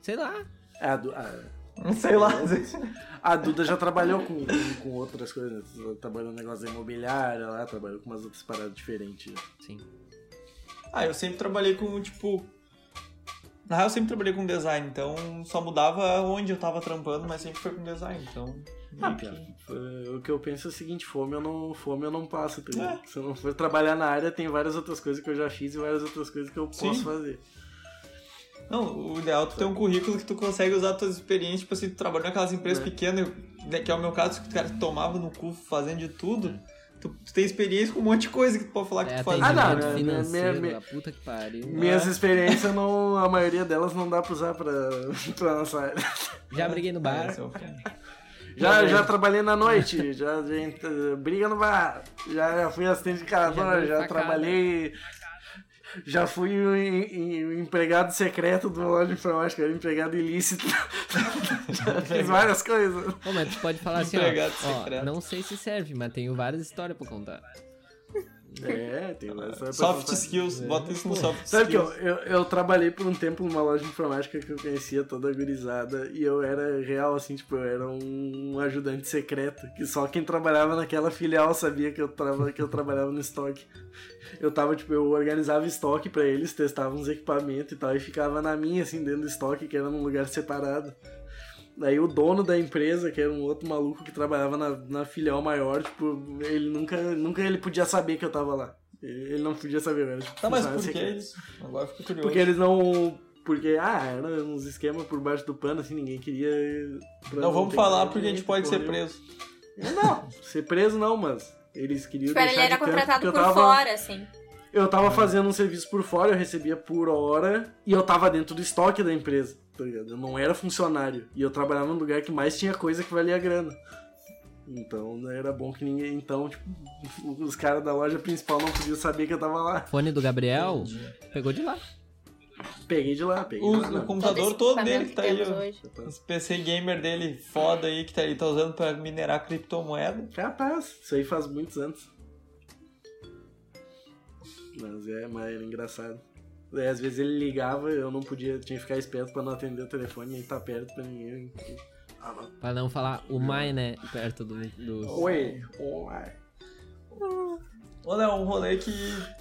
D: Sei lá.
C: É, a Du- a-
B: Não sei lá. assim.
C: A Duda já trabalhou com, com, com outras coisas, né? trabalhou no negócio da imobiliária lá, trabalhou com umas outras paradas diferentes.
D: Sim.
B: Ah, eu sempre trabalhei com, tipo. Na real, eu sempre trabalhei com design, então só mudava onde eu tava trampando, mas sempre foi com design, então.
C: Ah,
B: meio que-
C: Eh, O que eu penso é o seguinte, fome eu não, fome eu não passo, tá ligado?
B: É.
C: Se eu não for trabalhar na área, tem várias outras coisas que eu já fiz e várias outras coisas que eu
B: Sim.
C: posso fazer.
B: Não, o ideal é tu ter um currículo que tu consegue usar tuas experiências, tipo assim, tu trabalhou naquelas empresas
C: É.
B: pequenas, né, que é o meu caso, que o cara tomava no cu fazendo de tudo.
C: Hum.
B: Tu, tu tem experiência com um monte de coisa que tu pode falar que
D: É,
B: tu faz.
C: Ah, não,
D: atendimento
C: né?
D: financeiro,
C: Me- me-
D: a puta que
B: É.
D: pariu. Ah,
C: Minhas experiências, não, a maioria delas não dá pra usar pra, (laughs) pra nossa área.
D: Já briguei no bar.
B: Esse é o fim.
C: Já,
B: Não,
C: já
B: eu-
C: trabalhei na noite, já gente, eh, briga no bar, já fui assistente de
D: Já
C: carador,
D: dei
C: já,
D: facada.
C: trabalhei. Já fui o em- em- o empregado secreto do loja de informática, era empregado ilícito. (laughs) já fiz várias coisas.
D: Pô, mas tu pode falar assim, ó,
B: Empregado
D: ó.
B: secreto.
D: Não sei se serve, mas tenho várias histórias pra contar.
C: É, tem várias coisas pra
B: Soft
C: contar.
B: skills, bota isso no soft
C: Sabe que eu,
B: skills.
C: eu, eu trabalhei por um tempo numa loja de informática que eu conhecia toda gurizada e eu era real, assim, tipo, eu era um ajudante secreto, que só quem trabalhava naquela filial sabia que eu, trava, que eu trabalhava no estoque. Eu tava, tipo, eu organizava estoque pra eles, testava uns equipamentos e tal, e ficava na minha, assim, dentro do estoque, que era num lugar separado. Daí o dono da empresa, que era um outro maluco que trabalhava na, na filial maior, tipo, ele nunca, nunca ele podia saber que eu tava lá. Ele ele não podia saber, eu era tipo,
B: Tá, mas
C: funcionário
B: por que
C: secreto.
B: isso? Agora eu fico curioso.
C: Porque eles não. Porque, ah, era uns esquemas por baixo do pano, assim, ninguém queria. pra
B: não vamos
C: ter-
B: falar porque a gente pode ser
C: correu.
B: preso.
C: né? Não, ser preso não, mas. Eles queriam.
A: Tipo, ele
C: deixar
A: era
C: de canto, porque
A: contratado
C: eu
A: por
C: tava-
A: fora, assim.
C: Eu tava fazendo um serviço por fora, eu recebia por hora, e eu tava dentro do estoque da empresa, tá ligado? Eu não era funcionário. E eu trabalhava num lugar que mais tinha coisa que valia a grana. Então, né, era bom que ninguém. Então, tipo, os caras da loja principal não podiam saber que eu tava lá.
D: Fone do Gabriel pegou de lá.
C: Peguei de lá, peguei
B: O,
C: de lá.
B: o computador
A: esse
B: todo
A: equipamento
B: dele que tá aí,
A: temos
B: ó.
A: hoje.
B: Esse PC gamer dele, foda aí, que tá, ele tá usando pra minerar criptomoeda.
C: Capaz, isso aí faz muitos anos. Mas é, mas era engraçado. Daí, às vezes ele ligava, eu não podia, tinha que ficar esperto pra não atender o telefone e tá perto pra ninguém. Ah, Alô?
D: Pra não falar o mai, né? Perto do. do...
C: Oi, oi.
B: Olha, é um rolê que,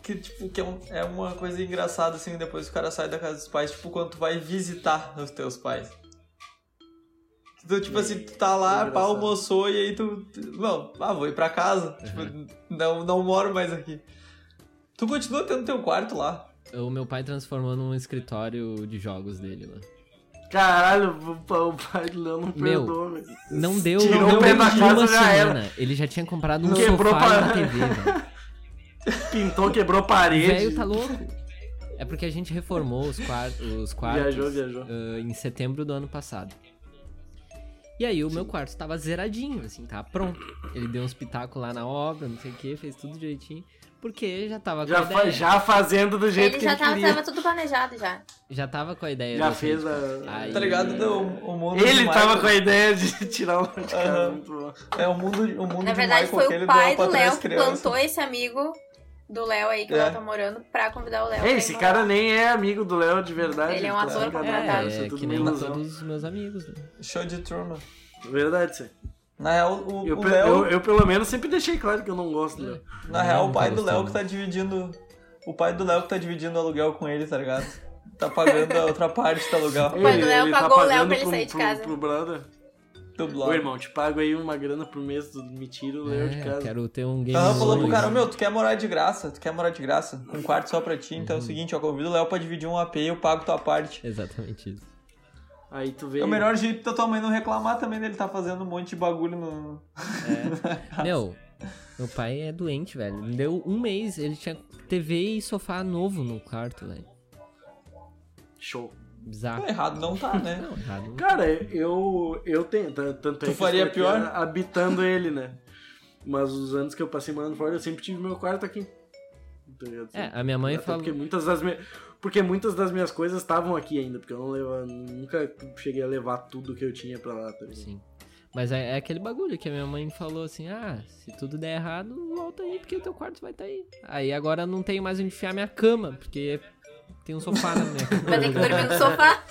B: que tipo, que é, um- é uma coisa engraçada, assim, depois que o cara sai da casa dos pais, tipo, quando tu vai visitar os teus pais. Tu, tipo assim, tu tá lá,
C: Engraçado.
B: pá, almoçou, e aí tu, tu- não, ah, vou ir pra
C: Uhum.
B: casa, tipo, não, não moro mais aqui. Tu continua tendo teu quarto lá,
D: o meu pai transformou num escritório de jogos dele lá.
C: Caralho, o pa- o pai do Léo não
D: Meu,
C: perdoou, velho.
D: Não deu,
C: Tirou
D: não
C: o pé
D: deu
C: da
D: de
C: casa,
D: uma
C: já era.
D: semana. Ele já tinha comprado um
C: Quebrou
D: sofá e
C: pra-
D: uma TV,
C: (laughs)
D: velho.
C: Pintou, quebrou
D: O
C: parede.
D: velho tá louco. É porque a gente reformou os, quar os quartos
C: Viajou, viajou.
D: ah, em setembro do ano passado. E aí o meu quarto tava zeradinho, assim, tava pronto. Ele deu uns pitacos lá na obra, não sei o que, fez tudo direitinho. Porque já tava com
C: Já,
D: a
C: fa-
D: ideia.
C: já fazendo do jeito
A: Ele
C: que
A: já
C: ele
A: tava,
C: queria.
A: tava tudo planejado já.
D: Já tava com a ideia.
C: Já
D: do
C: fez
D: jeito.
C: a-
D: Aí-
B: Tá ligado? Não, o
D: Ah,
B: mundo
C: Ele
B: do
C: tava
D: é
B: Michael-
C: com a ideia de (laughs) tirar o de casa.
B: Aham.
C: muito bom.
B: É o mundo, o
C: Tipo,
B: mundo
A: Na
B: do
A: verdade,
B: Michael
A: foi
B: que ele
A: o pai
B: deu pra
A: do
B: três
A: Léo que
B: crianças.
A: plantou esse amigo do Léo aí que o
B: É.
A: Léo tá morando pra convidar o Léo. pra
C: Ei,
A: ir
C: esse
A: morar.
C: cara nem é amigo do Léo de verdade.
A: Ele é um
C: tá
A: ator
C: sacanagem,
A: contratado.
C: isso
D: É,
C: tudo
D: que
C: uma
D: nem
C: ilusão.
D: todos os meus amigos. né?
B: Show de Truman.
C: Verdade, sim.
B: Na real, o,
C: Eu,
B: o
C: pe-
B: Léo,
C: eu- eu, pelo menos sempre deixei claro que eu não gosto do Léo.
B: na real, o pai
D: Não,
B: do Léo
D: gostando.
B: que tá dividindo. O pai do Léo que tá dividindo o aluguel com ele, tá ligado? Tá pagando
C: (laughs)
B: a outra parte do aluguel.
A: Mas o Léo pagou o Léo pra ele
C: tá pro-
A: sair de
C: pro-
A: casa.
C: Pro brother.
B: Do
C: Ô,
B: blog.
C: irmão, te pago aí uma grana por mês, tu me tira o Léo de
D: É,
C: casa.
D: Quero ter um game.
B: Ela falou pro
D: novo.
B: cara, meu, tu quer morar de graça, tu quer morar de graça, com um quarto só pra ti, então
D: Uhum.
B: é o seguinte, eu convido o Léo pra dividir um AP e eu pago tua parte.
D: Exatamente isso.
C: Aí tu vê.
B: É o melhor jeito da tua mãe não reclamar também dele tá fazendo um monte de bagulho no...
D: Meu, meu pai é doente, velho. Me Deu um mês, ele tinha TV e sofá novo no quarto, velho.
C: Show.
D: Bizarro.
B: Tá errado, não tá, né?
D: Não, errado.
C: Cara, eu, eu tenho. tan- Tanto é
B: Tu
C: que
B: faria
C: eu estou aqui
B: pior?
C: Habitando ele, né? Mas os anos que eu passei morando fora, eu sempre tive meu quarto aqui. Tá ligado?
D: É, a minha mãe
C: Até
D: falou.
C: Porque muitas das minhas. Porque muitas das minhas coisas estavam aqui ainda, porque eu não leva, nunca cheguei a levar tudo que eu tinha pra lá. Tá ligado?
D: Sim. Mas é, é aquele bagulho que a minha mãe falou assim: ah, se tudo der errado, volta aí, porque o teu quarto vai estar aí. Aí agora não tenho mais onde enfiar minha cama, porque tem um sofá na minha cama.
A: (laughs) Vai ter que dormir no
C: (laughs)
A: sofá.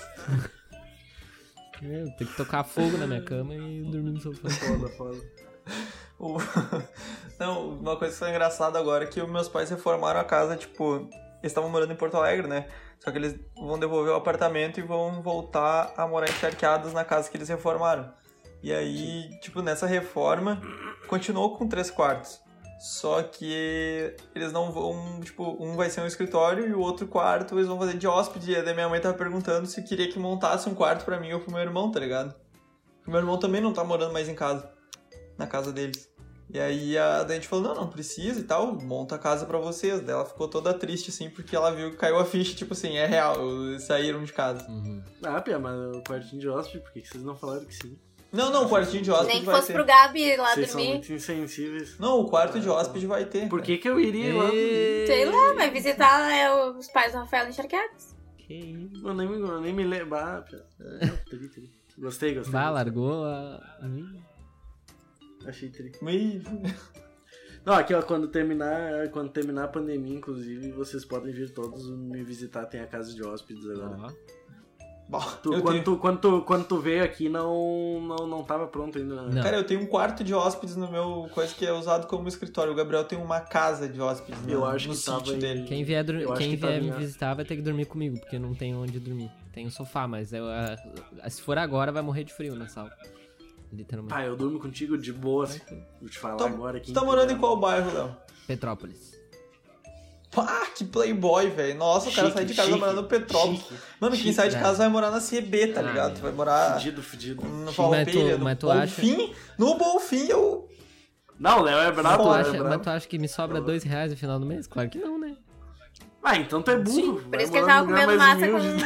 D: É, eu tenho que tocar fogo na minha cama e dormir no sofá.
C: Foda, foda.
B: O- (laughs) Não, uma coisa que foi engraçada agora é que meus pais reformaram a casa, tipo, eles estavam morando em Porto Alegre, né? Só que eles vão devolver o apartamento e vão voltar a morar encharqueados na casa que eles reformaram. E aí, tipo, nessa reforma, continuou com três quartos. Só que eles não vão, tipo, um vai ser um escritório e o outro quarto eles vão fazer de hóspede. E aí daí minha mãe tava perguntando se queria que montasse um quarto pra mim ou pro meu irmão, tá ligado? O meu irmão também não tá morando mais em casa, na casa deles. E aí a, daí a gente falou, não, não precisa e tal, monta a casa pra vocês. Daí ela ficou toda triste, assim, porque ela viu que caiu a ficha, tipo assim, é real, eles saíram um de casa.
D: Uhum.
C: Ah, Pia, mas o quartinho de hóspede, por que que vocês não falaram que sim?
B: Não, não, o quartinho de hóspede
A: Nem que
B: vai
A: fosse
B: ter.
A: pro Gabi ir lá
C: Vocês são
A: dormir.
C: muito insensíveis.
B: Não, o quarto de hóspede vai ter.
D: é,
C: Por que, que eu iria lá? dormir?
D: E-
A: Sei lá, vai visitar né, os pais do Rafael é encharqueados.
D: Que isso? É.
C: Eu nem, me- eu nem me lembro. Ah, Pia. Ah, tri, tri. Gostei, gostei.
D: Bah, largou a.
C: Achei tri.
B: Ih,
C: Não, aqui ó, quando terminar, quando terminar a pandemia, inclusive, vocês podem vir todos me visitar, tem a casa de hóspedes agora.
D: Ó.
B: bom,
C: Tu-
B: eu
C: quando,
B: tenho-
C: tu, quando, tu, quando tu veio aqui, não, não, não tava pronto ainda. né?
D: Não.
B: Cara, eu tenho um quarto de hóspedes no meu, coisa que é usado como escritório. O Gabriel tem uma casa de hóspedes no,
C: Eu acho
B: no
C: que
B: sítio
C: tava em-
B: dele.
D: Quem vier, dur-
C: Eu acho
D: quem
C: que tá
D: vier me
C: minha-
D: visitar vai ter que dormir comigo, porque não tem onde dormir. Tem um sofá, mas eu, ah, se for agora, vai morrer de frio na sala. Literalmente.
C: Pai, eu durmo contigo de boa, assim. Vou te falar
B: Tá-
C: agora é. aqui.
B: Tu tá morando em qual bairro, Léo?
D: Petrópolis.
B: Pá, que playboy, velho. Nossa, o cara sai de casa
C: Chique,
B: morando no Petrópolis.
C: chique.
B: Mano, quem
D: Chique,
B: sai de
D: né?
B: casa vai morar na CB, tá
D: Ah,
B: ligado? Tu vai morar
C: Fudido, fudido.
B: no
D: Mas
B: Farroupilha,
D: tu-
B: no
D: mas tu acha-
B: Bonfim. No Bonfim eu...
C: Não, o Léo é
D: Mas
B: Ah,
C: brabo,
D: tu,
C: o Léo
D: acha,
C: é
D: mas
C: brabo.
B: tá-
D: tu acha que me sobra dois reais no final do mês? Claro que não,
B: (laughs)
D: né?
C: Ah, então tu é burro.
A: Por
C: vai
A: isso que ele
C: morar
A: tava
C: num lugar
A: comendo
C: mais
A: massa
C: humilde.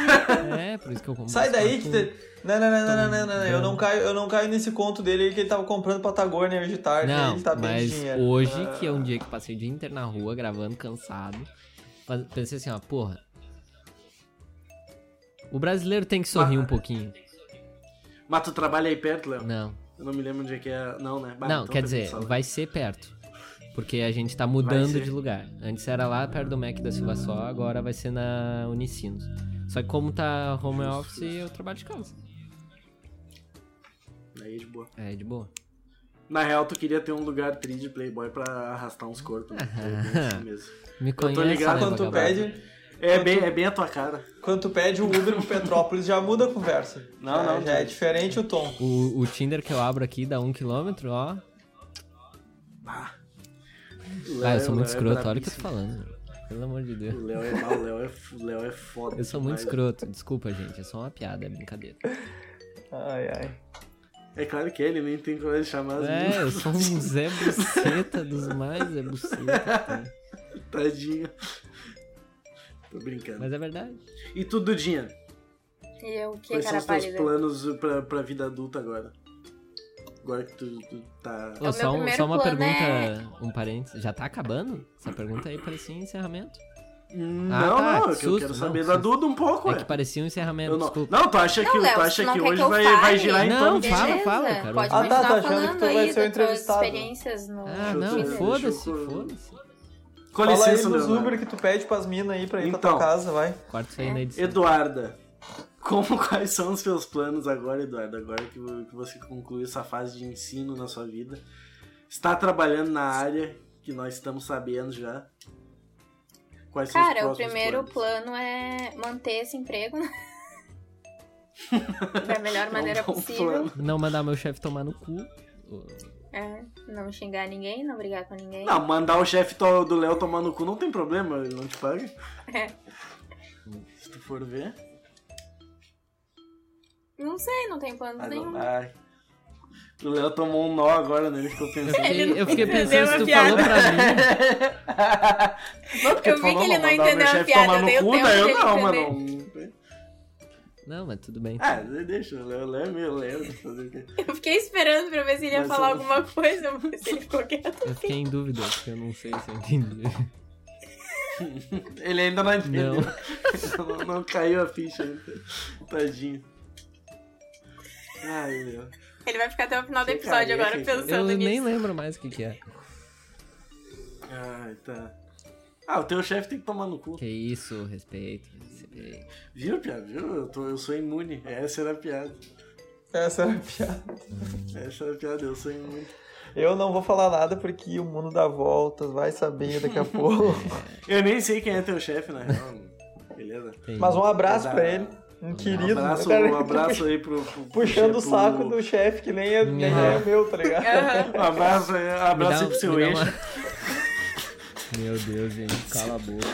A: com.
D: É, por isso que eu compro.
B: Sai
D: uns
B: daí que...
D: quatro-
B: te- Não, não, não, não, não, não, não, não. Eu não
D: Não.
B: caio, eu não caio nesse conto dele que ele tava comprando Patagônia hoje de tarde.
D: Não,
B: ele tá bem de
D: mas
B: dinheiro. Ah.
D: hoje, que é um dia que eu passei o dia inteiro na rua, gravando, cansado, faz- pensei assim, ó, porra. O brasileiro tem que sorrir um pouquinho.
C: (laughs) Mas tu trabalha aí perto, Léo?
D: Não.
C: Eu não me lembro onde é que é. Não, né? Bah,
D: Não,
C: então
D: quer
C: tá
D: dizer,
C: pensando.
D: vai ser perto. Porque a gente tá mudando
C: ser.
D: de lugar. Antes era lá perto do Mac da Silva Só, agora vai ser na Unicinos. Só que como tá home
C: Justo,
D: office,
C: justo.
D: eu trabalho de casa.
C: Aí é de boa.
D: É, de boa.
C: Na real, tu queria ter um lugar tri de Playboy pra arrastar
B: (laughs)
C: uns corpos. Né? É bem assim mesmo.
D: Me
C: tô
D: conhece,
C: ligado
D: né,
B: Quando tu
D: vagabundo?
B: pede,
C: É bem, é bem a tua cara.
B: quando tu pede o Uber pro Petrópolis, já muda a conversa.
C: Não,
B: já,
C: não,
B: Já
C: tá.
B: é diferente o tom.
D: O, o Tinder que eu abro aqui dá um quilômetro, ó.
C: Ah,
D: Ah, eu sou muito escroto, olha o que eu tô
C: é brabíssimo.
D: falando. Pelo amor
C: (laughs)
D: de Deus.
C: O Léo é mal, o Léo é, f- o Léo é foda.
D: Eu sou muito
C: demais.
D: escroto, desculpa, gente. É só uma piada, é brincadeira.
B: Ai, ai.
C: É claro que ele nem tem coragem de chamar as
D: É, eu
C: meninas.
D: sou um Zé Buceta dos mais Zé Buceta. cara.
C: (laughs) Tadinho. Tô brincando.
D: Mas é verdade.
C: E tu, Dudinha?
A: E eu, que
C: Quais
A: cara
C: são os teus
A: pálida.
C: planos pra, pra vida adulta agora? Agora que tu, tu tá.
D: Ô, só, um-
A: É primeiro
D: só uma
A: plano
D: pergunta,
A: é-
D: um parênteses. Já tá acabando? Essa pergunta aí parecia um encerramento.
C: não,
D: tá,
C: não, é
D: que
C: que eu
D: susto,
C: quero
D: não,
C: saber
D: que
C: da
D: susto.
C: Duda um pouco,
D: É
C: ué.
D: que parecia um encerramento,
C: Eu não,
D: desculpa.
C: não, tu acha
A: Não,
C: que,
A: Léo,
C: tu acha
A: não
C: que
A: quer
C: hoje
A: que eu
C: vai,
A: fale?
C: vai girar
D: Não,
C: em torno de
D: fala,
A: Beleza,
D: fala, cara.
A: Pode
D: Ah, tá,
A: continuar
B: tá achando
A: falando
B: que tu
A: aí
B: vai ser o
A: das tuas
B: entrevistado.
A: experiências no
D: Ah,
C: Deixa eu-
D: não,
C: deixa eu-
A: Twitter.
D: foda-se,
C: deixa eu-
D: foda-se.
C: Com
B: Fala aí
C: licença,
B: nos
C: Leonardo.
B: Uber que tu pede pras minas aí pra ir pra
C: Então.
B: tua casa, vai.
D: Quarto
C: É,
D: isso aí na edição.
C: Eduarda, como (laughs) quais são os seus planos agora, Eduarda? Agora que vo- que você concluiu essa fase de ensino na sua vida, está trabalhando na área que nós estamos sabendo já. Quais
A: Cara,
C: são
A: o
C: os próximos
A: primeiro
C: planos?
A: plano é manter esse emprego né?
C: (laughs)
A: da melhor maneira
C: É um bom
A: possível.
C: plano.
D: Não mandar meu chefe tomar no cu.
A: É, não xingar ninguém, não brigar com ninguém.
C: Não, mandar o chefe to- do Léo tomar no cu não tem problema, ele não te paga.
A: É.
C: Se tu for ver.
A: Não sei, não tem um- plano
C: Ah,
A: nenhum.
C: não, ai. O Léo tomou um nó agora, né? Ele
A: (laughs)
C: ficou
D: Eu
C: pensando.
D: fiquei, eu fiquei
A: entendeu
D: pensando se
A: a
D: tu
A: piada.
D: falou pra mim.
A: (laughs)
C: Não, porque
A: Eu
C: tu
A: vi que
C: falou,
A: ele não
C: "Vou mandar o meu
A: entendeu a
C: chefe
A: piada,
C: tomar no
A: deu
C: cu",
A: tempo
C: daí eu
A: dele
C: não,
A: entender.
C: mano.
D: Não, mas tudo bem.
C: Ah, deixa, o Léo Léo é meu, Léo. Fazer o quê?
A: Eu fiquei esperando pra ver se ele ia
C: Mas
A: falar
C: eu-
A: alguma coisa, mas ele ficou quieto.
D: Eu fiquei em dúvida, porque eu não sei se eu entendi.
C: Ele ainda não entendeu.
D: Não.
C: (laughs) Não, não caiu a ficha ainda. Tadinho. Ai, meu.
A: Ele vai ficar até o final do
C: Que
A: episódio
C: careca,
A: agora
C: cara.
A: pensando
D: Eu nem
A: nisso.
D: lembro mais o que que é.
C: Ai, tá. Ah, o teu chefe tem que tomar no cu.
D: Que isso, respeito, respeito.
C: Viu, piada? Viu? Eu, tô- eu sou imune. Essa era a piada.
B: Essa era a piada.
C: Essa era a piada, eu sou imune.
B: Eu não vou falar nada porque o mundo dá voltas, vai saber daqui a
D: (laughs)
B: pouco.
C: Eu nem sei quem é teu chefe, na real. Beleza?
D: Tem-
B: Mas um abraço
C: Dá-
B: pra ele. Um
C: Um
B: querido.
C: abraço,
B: né, cara?
C: um abraço aí pro. pro- pro
B: Puxando o
C: chefe,
B: saco
C: pro-
B: do chefe, que nem é, nem
D: Aham.
B: é meu, tá ligado? (laughs)
A: Aham.
C: Um abraço aí, um
D: Me dá-
C: abraço aí pro seu
D: me dá
C: ex.
D: uma- (laughs) Meu Deus, gente, cala a boca.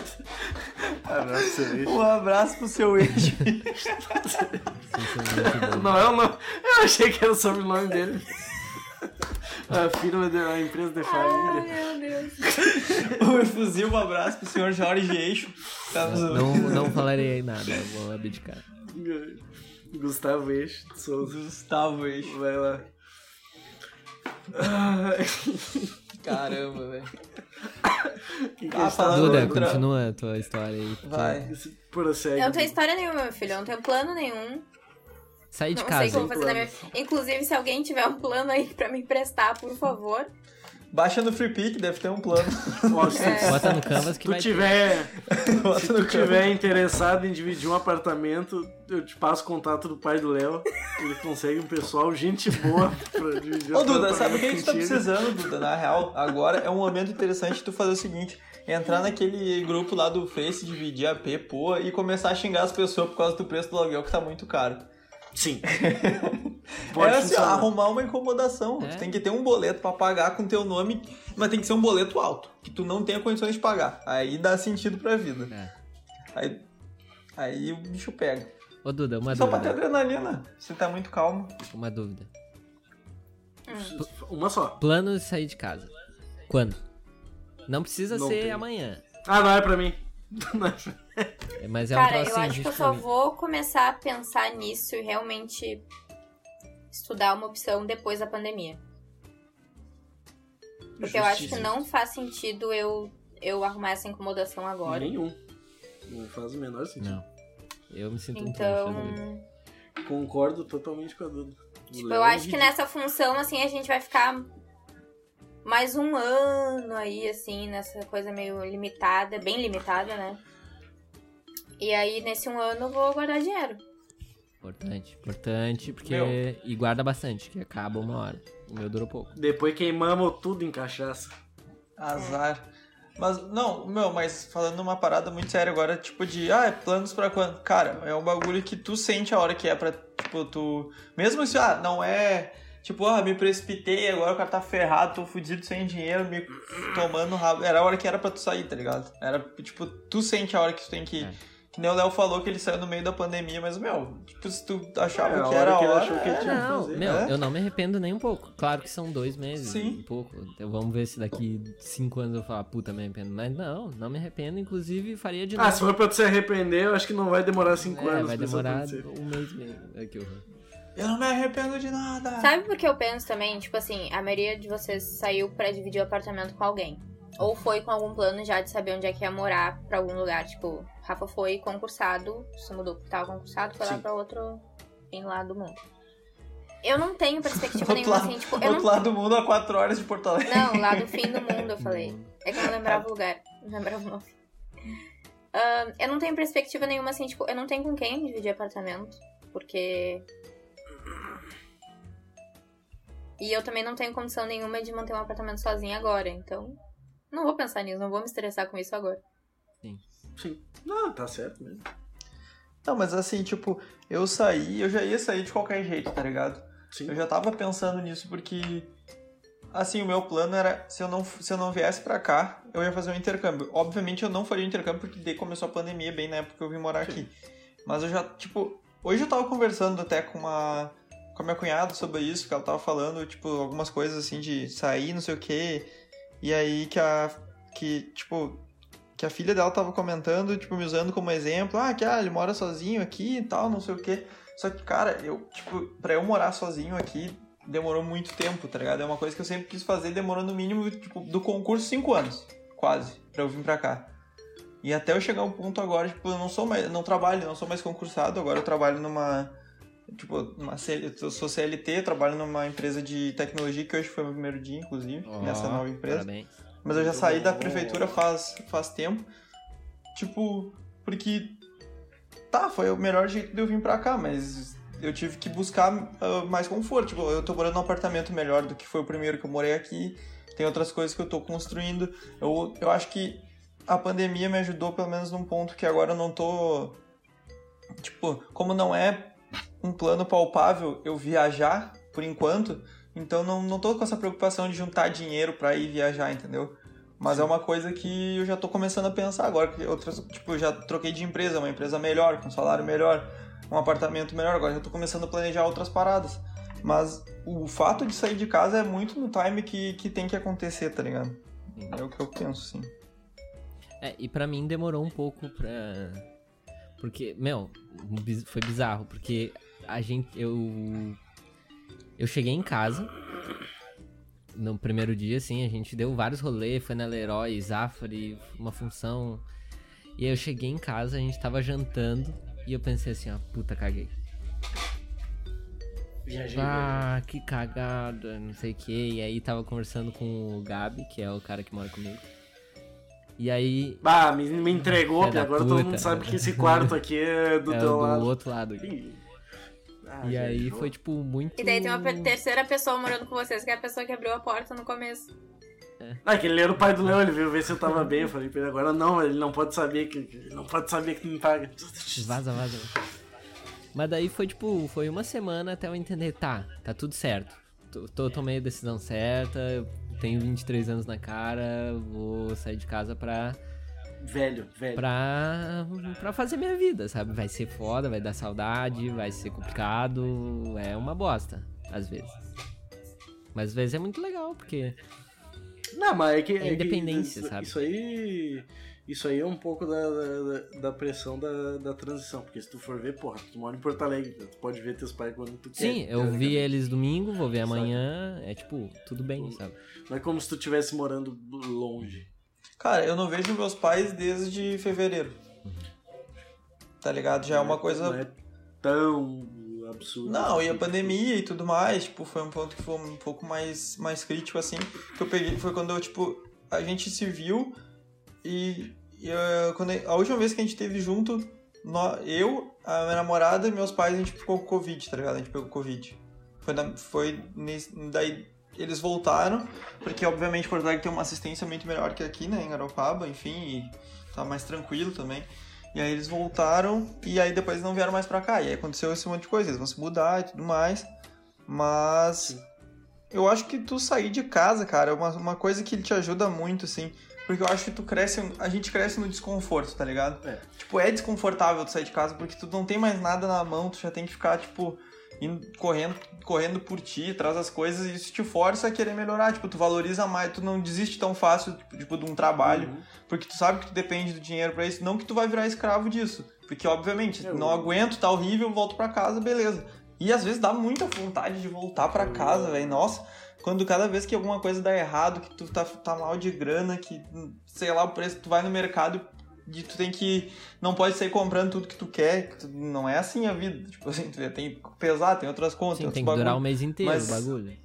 C: Abraço pro seu ex.
B: Um abraço pro seu (laughs) ex.
C: Não é o nome. Eu achei que era o sobrenome dele. A firma, de, a empresa de
A: Ah,
C: família.
A: meu Deus.
B: um fuzil, um abraço pro senhor Jorge Eixo. Tá nos
D: Não, não falarei nada, eu vou abdicar.
C: Gustavo Eixo de Souza.
B: Gustavo Eixo.
C: Vai lá. Ah,
B: Caramba, velho.
C: que que
B: Ah,
C: a gente tá
B: falando-
D: Duda,
B: Outra.
D: continua a tua história aí. porque
B: Vai.
C: Esse prossegue.
A: Eu não tenho história nenhuma, meu filho. Eu não tenho plano nenhum.
D: Sai de
A: Não sei o que eu
D: casa.
A: vou fazer na minha vida. Inclusive, se alguém tiver um plano aí pra me emprestar, por favor.
B: Baixa no Free Pick, deve ter um plano.
C: Ó, (laughs) se
A: É,
C: tu-
D: Bota no canvas
C: se
D: que
C: tu
D: vai.
C: tiver,
B: Bota
C: se
B: no
C: tu
B: canto.
C: tiver interessado em dividir um apartamento, eu te passo o contato do pai do Léo. Ele consegue um pessoal, gente boa, pra dividir
B: Ô
C: um
B: Duda, sabe o que a gente
C: apartamento
B: tá
C: contigo.
B: precisando, Duda? Na real, agora é um momento interessante tu fazer o seguinte: entrar naquele grupo lá do Face, dividir a P, pô, e começar a xingar as pessoas por causa do preço do aluguel que tá muito caro. (laughs)
C: Sim.
B: é assim, ó,
C: funcionar.
B: arrumar uma incomodação.
D: É.
B: Tu tem que ter um boleto pra pagar com teu nome, mas tem que ser um boleto alto, que tu não tenha condições de pagar. Aí dá sentido pra vida.
D: É.
B: Aí, aí o bicho pega.
D: Ô Duda, uma
B: Só pra ter
D: dúvida.
B: adrenalina. Você tá muito calmo.
D: Uma dúvida.
C: Uma só.
D: Plano de sair de casa. Quando? Não precisa
C: Não
D: ser
C: tem.
D: amanhã.
C: Ah, não é pra mim. (laughs) Não é pra-
D: é- Mas é um
A: Cara, eu
D: troço assim,
A: acho que eu só
D: justificável.
A: vou começar a pensar nisso e realmente estudar uma opção depois da pandemia. Porque eu acho que
C: Justiça.
A: não faz sentido eu, eu arrumar essa incomodação agora.
C: Nenhum. Não faz o menor sentido.
D: Não. Eu me sinto um
A: Então,
D: trouxa, Duda.
C: Concordo totalmente com a Duda. O
A: tipo,
C: Léo
A: eu
C: é
A: acho que nessa função, assim, a gente vai ficar mais um ano aí, assim, nessa coisa meio limitada, bem limitada, né? E aí, nesse um ano, eu vou guardar dinheiro.
D: Importante, importante, porque.
B: Meu.
D: E guarda bastante, que acaba uma hora. O meu durou pouco.
C: Depois queimamos tudo em cachaça.
B: Azar. Mas, não, meu, mas falando uma parada muito séria agora, tipo de, ah, é planos pra quando? Cara, é um bagulho que tu sente a hora que é pra, tipo, tu. Mesmo se, ah, não é Tipo, ah, me precipitei, agora o cara tá ferrado, tô fudido sem dinheiro, me tomando rabo. Era a hora que era pra tu sair, tá ligado? Era, tipo, tu sente a hora que tu tem que.
D: É.
B: Que nem o Léo falou que ele saiu no meio da pandemia, mas, meu, tipo, se tu achava
C: É, a
B: que
C: hora
B: era a
C: que ele
B: hora.
C: achou que ele
B: era.
C: tinha que
D: Não,
C: fazer.
D: meu,
B: É?
D: eu não me arrependo nem um pouco. Claro que são dois meses,
B: Sim.
D: um pouco. Então, vamos ver se daqui cinco anos eu falar, puta, me arrependo. Mas não, não me arrependo. Inclusive, faria de
C: Ah,
D: novo.
C: se for pra tu se arrepender, eu acho que não vai demorar 5
D: é,
C: anos
D: vai
C: pra isso
D: demorar
C: acontecer.
D: um mês mesmo. É que horror.
B: Eu não me arrependo de nada.
A: Sabe por que eu penso também? Tipo assim, a maioria de vocês saiu pra dividir o apartamento com alguém. Ou foi com algum plano já de saber onde é que ia morar pra algum lugar. Tipo, Rafa foi concursado, se mudou porque tava concursado, foi lá
C: Sim.
A: pra outro em lá do mundo. Eu não tenho perspectiva
B: Outro
A: nenhuma
B: lado-
A: assim, tipo,
B: Do
A: eu não.
B: outro lado do mundo a 4 horas de Porto Alegre.
A: Não, lá do fim do mundo, eu falei. É que eu não lembrava o lugar, não lembrava o nome. Ahn, eu não tenho perspectiva nenhuma assim, tipo, eu não tenho com quem dividir apartamento, porque. E eu também não tenho condição nenhuma de manter um apartamento sozinha agora, então. Não vou pensar nisso, não vou me estressar com isso agora.
C: Sim. Não, tá certo mesmo.
B: Não, mas assim, tipo, eu saí, eu já ia sair de qualquer jeito, tá ligado?
C: Sim.
D: É.
B: Eu já tava pensando nisso porque assim, o meu plano era se eu não se eu não viesse pra cá, eu ia fazer um intercâmbio. Obviamente eu não faria um intercâmbio porque daí começou a pandemia bem na época que eu vim morar aqui. Mas eu já, tipo, hoje eu tava conversando até com uma com a minha cunhada sobre isso, que ela tava falando, tipo, algumas coisas assim de sair, não sei o quê. E aí que a que tipo que a filha dela tava comentando, tipo, me usando como exemplo, ah, que ah, ele mora sozinho aqui e tal, não sei o quê. Só que, cara, eu, tipo, pra eu morar sozinho aqui, demorou muito tempo, tá ligado? É uma coisa que eu sempre quis fazer, demorou no mínimo, tipo, do concurso cinco anos, quase, pra eu vir pra cá. E até eu chegar ao ponto agora, tipo, eu não sou mais, eu não trabalho, não sou mais concursado, agora eu trabalho numa, tipo, numa CL, eu sou CLT, eu trabalho numa empresa de tecnologia, que hoje foi meu primeiro dia, inclusive,
D: Ó,
B: nessa nova empresa.
D: Parabéns.
B: Mas eu já
C: Muito
B: saí da
C: bom.
B: prefeitura faz, faz tempo. Tipo, porque. Tá, foi o melhor jeito de eu vir pra cá, mas eu tive que buscar ah, mais conforto. Tipo, eu tô morando num apartamento melhor do que foi o primeiro que eu morei aqui. Tem outras coisas que eu tô construindo. Eu, eu acho que a pandemia me ajudou, pelo menos num ponto que agora eu não tô. Tipo, como não é um plano palpável eu viajar por enquanto, então não, não tô com essa preocupação de juntar dinheiro pra ir viajar, entendeu? Mas é uma coisa que eu já tô começando a pensar agora. Que outras, tipo, eu já troquei de empresa, uma empresa melhor, com salário melhor, um apartamento melhor. Agora já tô começando a planejar outras paradas. Mas o fato de sair de casa é muito no time que, que tem que acontecer, tá ligado? É o que eu penso, sim.
D: É, e pra mim demorou um pouco pra. Porque, meu, bi- foi bizarro, porque a gente. Eu. Eu cheguei em casa. No primeiro dia, assim, a gente deu vários rolês, foi na Leroy, Zafari, uma função. E aí eu cheguei em casa, a gente tava jantando, e eu pensei assim, ó, puta, caguei.
C: Viajei. né?
D: Ah, que cagada, não sei o que. E aí tava conversando com o Gabi, que é o cara que mora comigo. E aí
C: Bah, me, me entregou,
D: Filha
C: Pia.
D: da
C: agora todo
D: puta.
C: mundo sabe que esse quarto aqui é do
D: é o
C: teu
D: do
C: lado.
D: outro lado. aqui.
C: Ih. Ah,
D: E
C: gente,
D: aí
C: pô.
D: foi tipo muito.
A: E daí tem uma pe- terceira pessoa morando com vocês, que é a pessoa que abriu a porta no começo.
D: tipo-
C: Ah, que ele era o pai do Léo, ele veio ver se eu tava bem. Eu falei pra ele, agora não, ele não pode saber que. que- Ele não tá- pode saber que tu me paga.
D: Vaza, vaza. Mas daí foi tipo, foi uma semana até eu entender, tá, tá tudo certo. Tô, tô- tomei a decisão certa, eu tenho 23 anos na cara, vou sair de casa pra,
C: Velho, velho.
D: pra, pra fazer minha vida, sabe? Vai ser foda, vai dar saudade, vai ser complicado, é uma bosta, às vezes. Mas às vezes é muito legal, porque.
C: Não, mas é que.
D: É
C: que
D: independência,
C: isso,
D: sabe?
C: Isso aí. Isso aí é um pouco da, da, da pressão da, da transição. Porque se tu for ver, porra, tu mora em Porto Alegre, então tu pode ver teus pais quando tu quer.
D: Sim, eu
C: tá
D: vi
C: ligado?
D: eles domingo, vou ver amanhã, é tipo, tudo bem, sabe?
C: Não é como se tu estivesse morando longe.
B: Cara, eu não vejo meus pais desde fevereiro. Tá ligado? Já é uma coisa
C: Não é tão absurdo.
B: Não,
C: assim,
B: e a
C: tipo,
B: pandemia e tudo mais, tipo, foi um ponto que foi um pouco mais, mais crítico, assim, que eu peguei, foi quando eu, tipo, a gente se viu e, e, eh, quando, a última vez que a gente esteve junto, nó- eu, a minha namorada e meus pais, a gente ficou com Covid, tá ligado? A gente pegou Covid. Foi, na- foi nesse- daí eles voltaram, porque obviamente Porto Alegre tem uma assistência muito melhor que aqui, né, em Garopaba, enfim, e tá mais tranquilo também. E aí eles voltaram e aí depois não vieram mais pra cá. E aí aconteceu esse monte de coisa, eles vão se mudar e tudo mais. Mas Eu acho que tu sair de casa, cara, é uma, uma coisa que te ajuda muito, assim. Porque eu acho que tu cresce, a gente cresce no desconforto, tá ligado?
C: É.
B: Tipo, é desconfortável tu sair de casa porque tu não tem mais nada na mão, tu já tem que ficar, tipo, indo, correndo, correndo por ti, traz as coisas e isso te força a querer melhorar. Tipo, tu valoriza mais, tu não desiste tão fácil, tipo, de um trabalho.
C: Uhum.
B: Porque tu sabe que tu depende do dinheiro pra isso, não que tu vai virar escravo disso. Porque, obviamente,
C: Eu-
B: não aguento, tá horrível, volto pra casa, beleza. E às vezes dá muita vontade de voltar pra
C: Eu-
B: casa, velho. Nossa, quando cada vez que alguma coisa dá errado, que tu tá, tá mal de grana, que sei lá, o preço, tu vai no mercado e tu tem que. Não pode sair comprando tudo que tu quer. que tu- não é assim a vida. Tipo assim, tu tem que pesar, tem outras contas.
D: Sim,
B: outros
D: tem que
B: bagulho.
D: durar o mês inteiro
B: Mas-
D: o bagulho.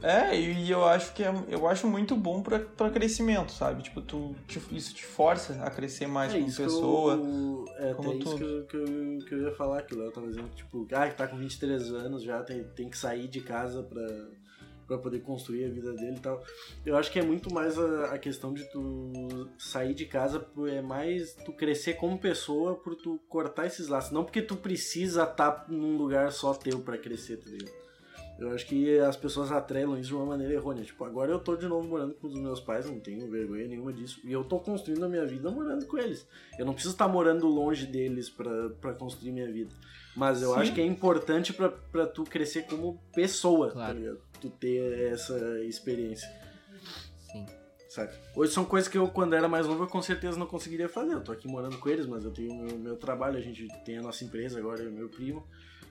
B: É, e e eu acho que é, eu acho muito bom pra, pra crescimento, sabe? Tipo, tu, te- isso te força a crescer mais como
C: É que eu-
B: pessoa.
C: é
B: como
C: até isso que
B: tudo.
C: eu, que, eu, que eu ia falar, que o Léo tava dizendo, tipo, ah, que tá com 23 anos já, tem, tem que sair de casa pra, pra poder construir a vida dele e tal. Eu acho que é muito mais a, a questão de tu sair de casa, pô, é mais tu crescer como pessoa por tu cortar esses laços. Não porque tu precisa estar num lugar só teu pra crescer, tá ligado? Eu acho que as pessoas atrelam isso de uma maneira errônea. Tipo, agora eu tô de novo morando com os meus pais, não tenho vergonha nenhuma disso. E eu tô construindo a minha vida morando com eles. Eu não preciso estar morando longe deles pra pra construir minha vida. Mas eu
B: Sim.
C: acho que é importante pra- pra tu crescer como pessoa, tá
D: Claro.
C: ligado? Tu ter essa experiência,
D: Sim.
C: sabe? Hoje são coisas que eu, quando era mais novo, eu com certeza não conseguiria fazer. Eu tô aqui morando com eles, mas eu tenho o meu, meu trabalho, a gente tem a nossa empresa agora, eu e meu primo.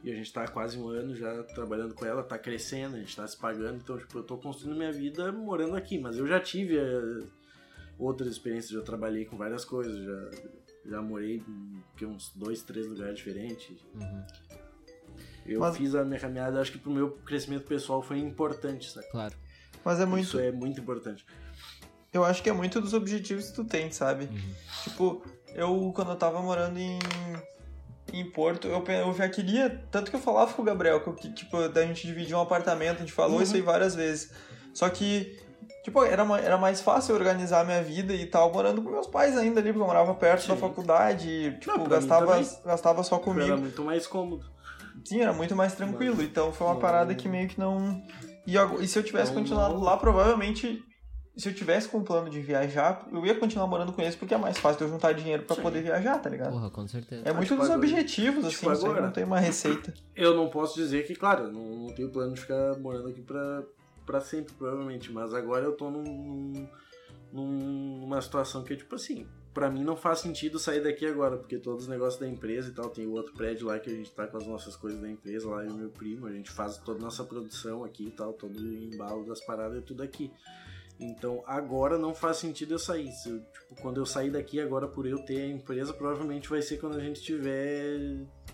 C: E a gente tá há quase um ano já trabalhando com ela, tá crescendo, a gente tá se pagando, então, tipo, eu tô construindo minha vida morando aqui. Mas eu já tive eh, outras experiências, já trabalhei com várias coisas, já, já morei em que, uns dois, três lugares diferentes.
D: Uhum.
C: Eu
B: Mas-
C: fiz a minha caminhada, acho que pro meu crescimento pessoal foi importante, sabe?
D: Claro.
B: Mas é muito.
C: Isso é muito importante.
B: Eu acho que é muito dos objetivos que tu tem, sabe?
D: Uhum.
B: Tipo, eu quando eu tava morando em, em Porto, eu, pe- eu já queria. Tanto que eu falava com o Gabriel, que, eu que tipo, da gente dividir um apartamento, a gente falou
C: Uhum.
B: isso aí várias vezes. Só que, tipo, era, ma- era mais fácil eu organizar minha vida e tal, morando com meus pais ainda ali, porque eu morava perto da
C: Sim.
B: faculdade, e, tipo,
C: pra mim
B: gastava,
C: também.
B: gastava só comigo.
C: Era muito mais cômodo.
B: Sim, era muito mais tranquilo. Então foi uma
C: Não.
B: parada que meio que não. E, ago- e se eu tivesse
C: Não,
B: continuado
C: não.
B: lá, provavelmente. Se eu tivesse com o plano de viajar, eu ia continuar morando com eles porque é mais fácil eu juntar dinheiro pra
C: Sim.
B: poder viajar, tá ligado?
D: Porra, com certeza.
B: É muito
C: tipo
B: dos
C: agora.
B: objetivos, assim,
C: Tipo
B: isso aí
C: agora.
B: não tem uma receita.
C: Eu não posso dizer que, claro, eu não, não tenho plano de ficar morando aqui pra, pra sempre, provavelmente. Mas agora eu tô num- num, num- numa situação que é tipo assim. Pra mim não faz sentido sair daqui agora, porque todos os negócios da empresa e tal, tem o outro prédio lá que a gente tá com as nossas coisas da empresa lá, e o meu primo, a gente faz toda a nossa produção aqui e tal, todo o embalo das paradas é tudo aqui. Então agora não faz sentido eu sair. Se eu, tipo, quando eu sair daqui agora por eu ter a empresa, provavelmente vai ser quando a gente tiver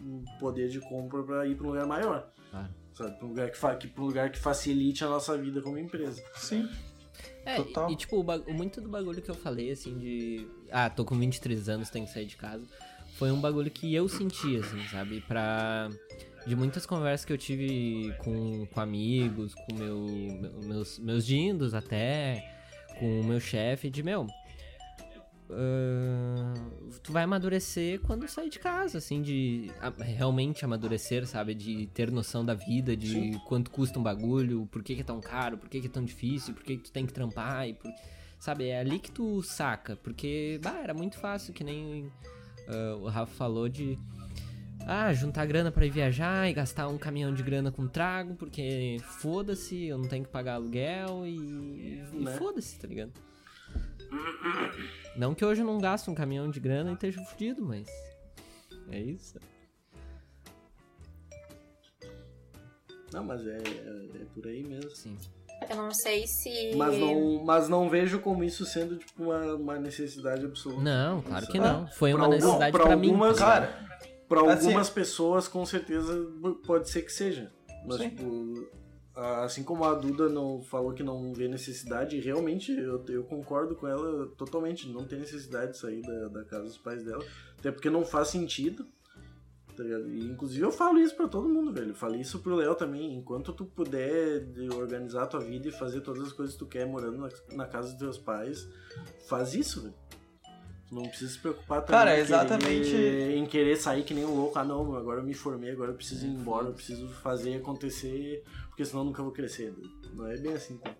C: um poder de compra para ir para um lugar maior.
D: Claro.
C: Sabe, para um lugar que, fa que, pra um lugar que facilite a nossa vida como empresa.
B: Sim.
D: É, e-
B: Total.
D: E, tipo, o ba- muito do bagulho que eu falei, assim, de. Ah, tô com 23 anos, tenho que sair de casa. Foi um bagulho que eu senti, assim, sabe? Pra. De muitas conversas que eu tive com, com amigos, com meu, meu- meus, meus dindos até, com o meu chefe, de meu. ah, tu vai amadurecer quando sair de casa, assim, de a- realmente amadurecer, sabe? De ter noção da vida, de
C: Sim.
D: quanto custa um bagulho, por que, que é tão caro, por que, que é tão difícil, por que, que tu tem que trampar e por... Sabe, é ali que tu saca, porque, bah, era muito fácil, que nem ah, o Rafa falou de... Ah, juntar grana pra ir viajar e gastar um caminhão de grana com trago, porque foda-se, eu não tenho que pagar aluguel e, e
C: Né?
D: foda-se, tá ligado? Não que hoje eu não gasto um caminhão de grana e esteja fudido, mas. É isso.
C: Não, mas é, é, é por aí mesmo.
D: Sim.
A: Eu não sei se.
C: Mas não, mas não vejo como isso sendo tipo, uma, uma necessidade absoluta.
D: Não, claro que
C: Sabe?
D: não. Foi
C: Pra
D: uma
C: algum-
D: necessidade
C: pra
D: pra mim.
C: algumas-
D: tá ligado?
B: Cara,
C: Pra
B: Assim-
C: algumas pessoas, com certeza, pode ser que seja. Mas,
B: Sim.
C: tipo, assim como a Duda não falou que não vê necessidade, realmente eu, eu concordo com ela totalmente. Não tem necessidade de sair da, da casa dos pais dela. Até porque não faz sentido. tá ligado? E, inclusive eu falo isso pra todo mundo, velho. Eu Falei isso pro Léo também. Enquanto tu puder de- organizar a tua vida e fazer todas as coisas que tu quer morando na, na casa dos teus pais, faz isso, velho. Tu Não precisa se preocupar também
B: Cara,
C: em querer-
B: exatamente.
C: em querer sair que nem um louco. Ah, não, agora eu me formei, agora eu preciso ir embora, eu preciso fazer acontecer, porque senão eu nunca vou crescer. Não é bem assim, tá?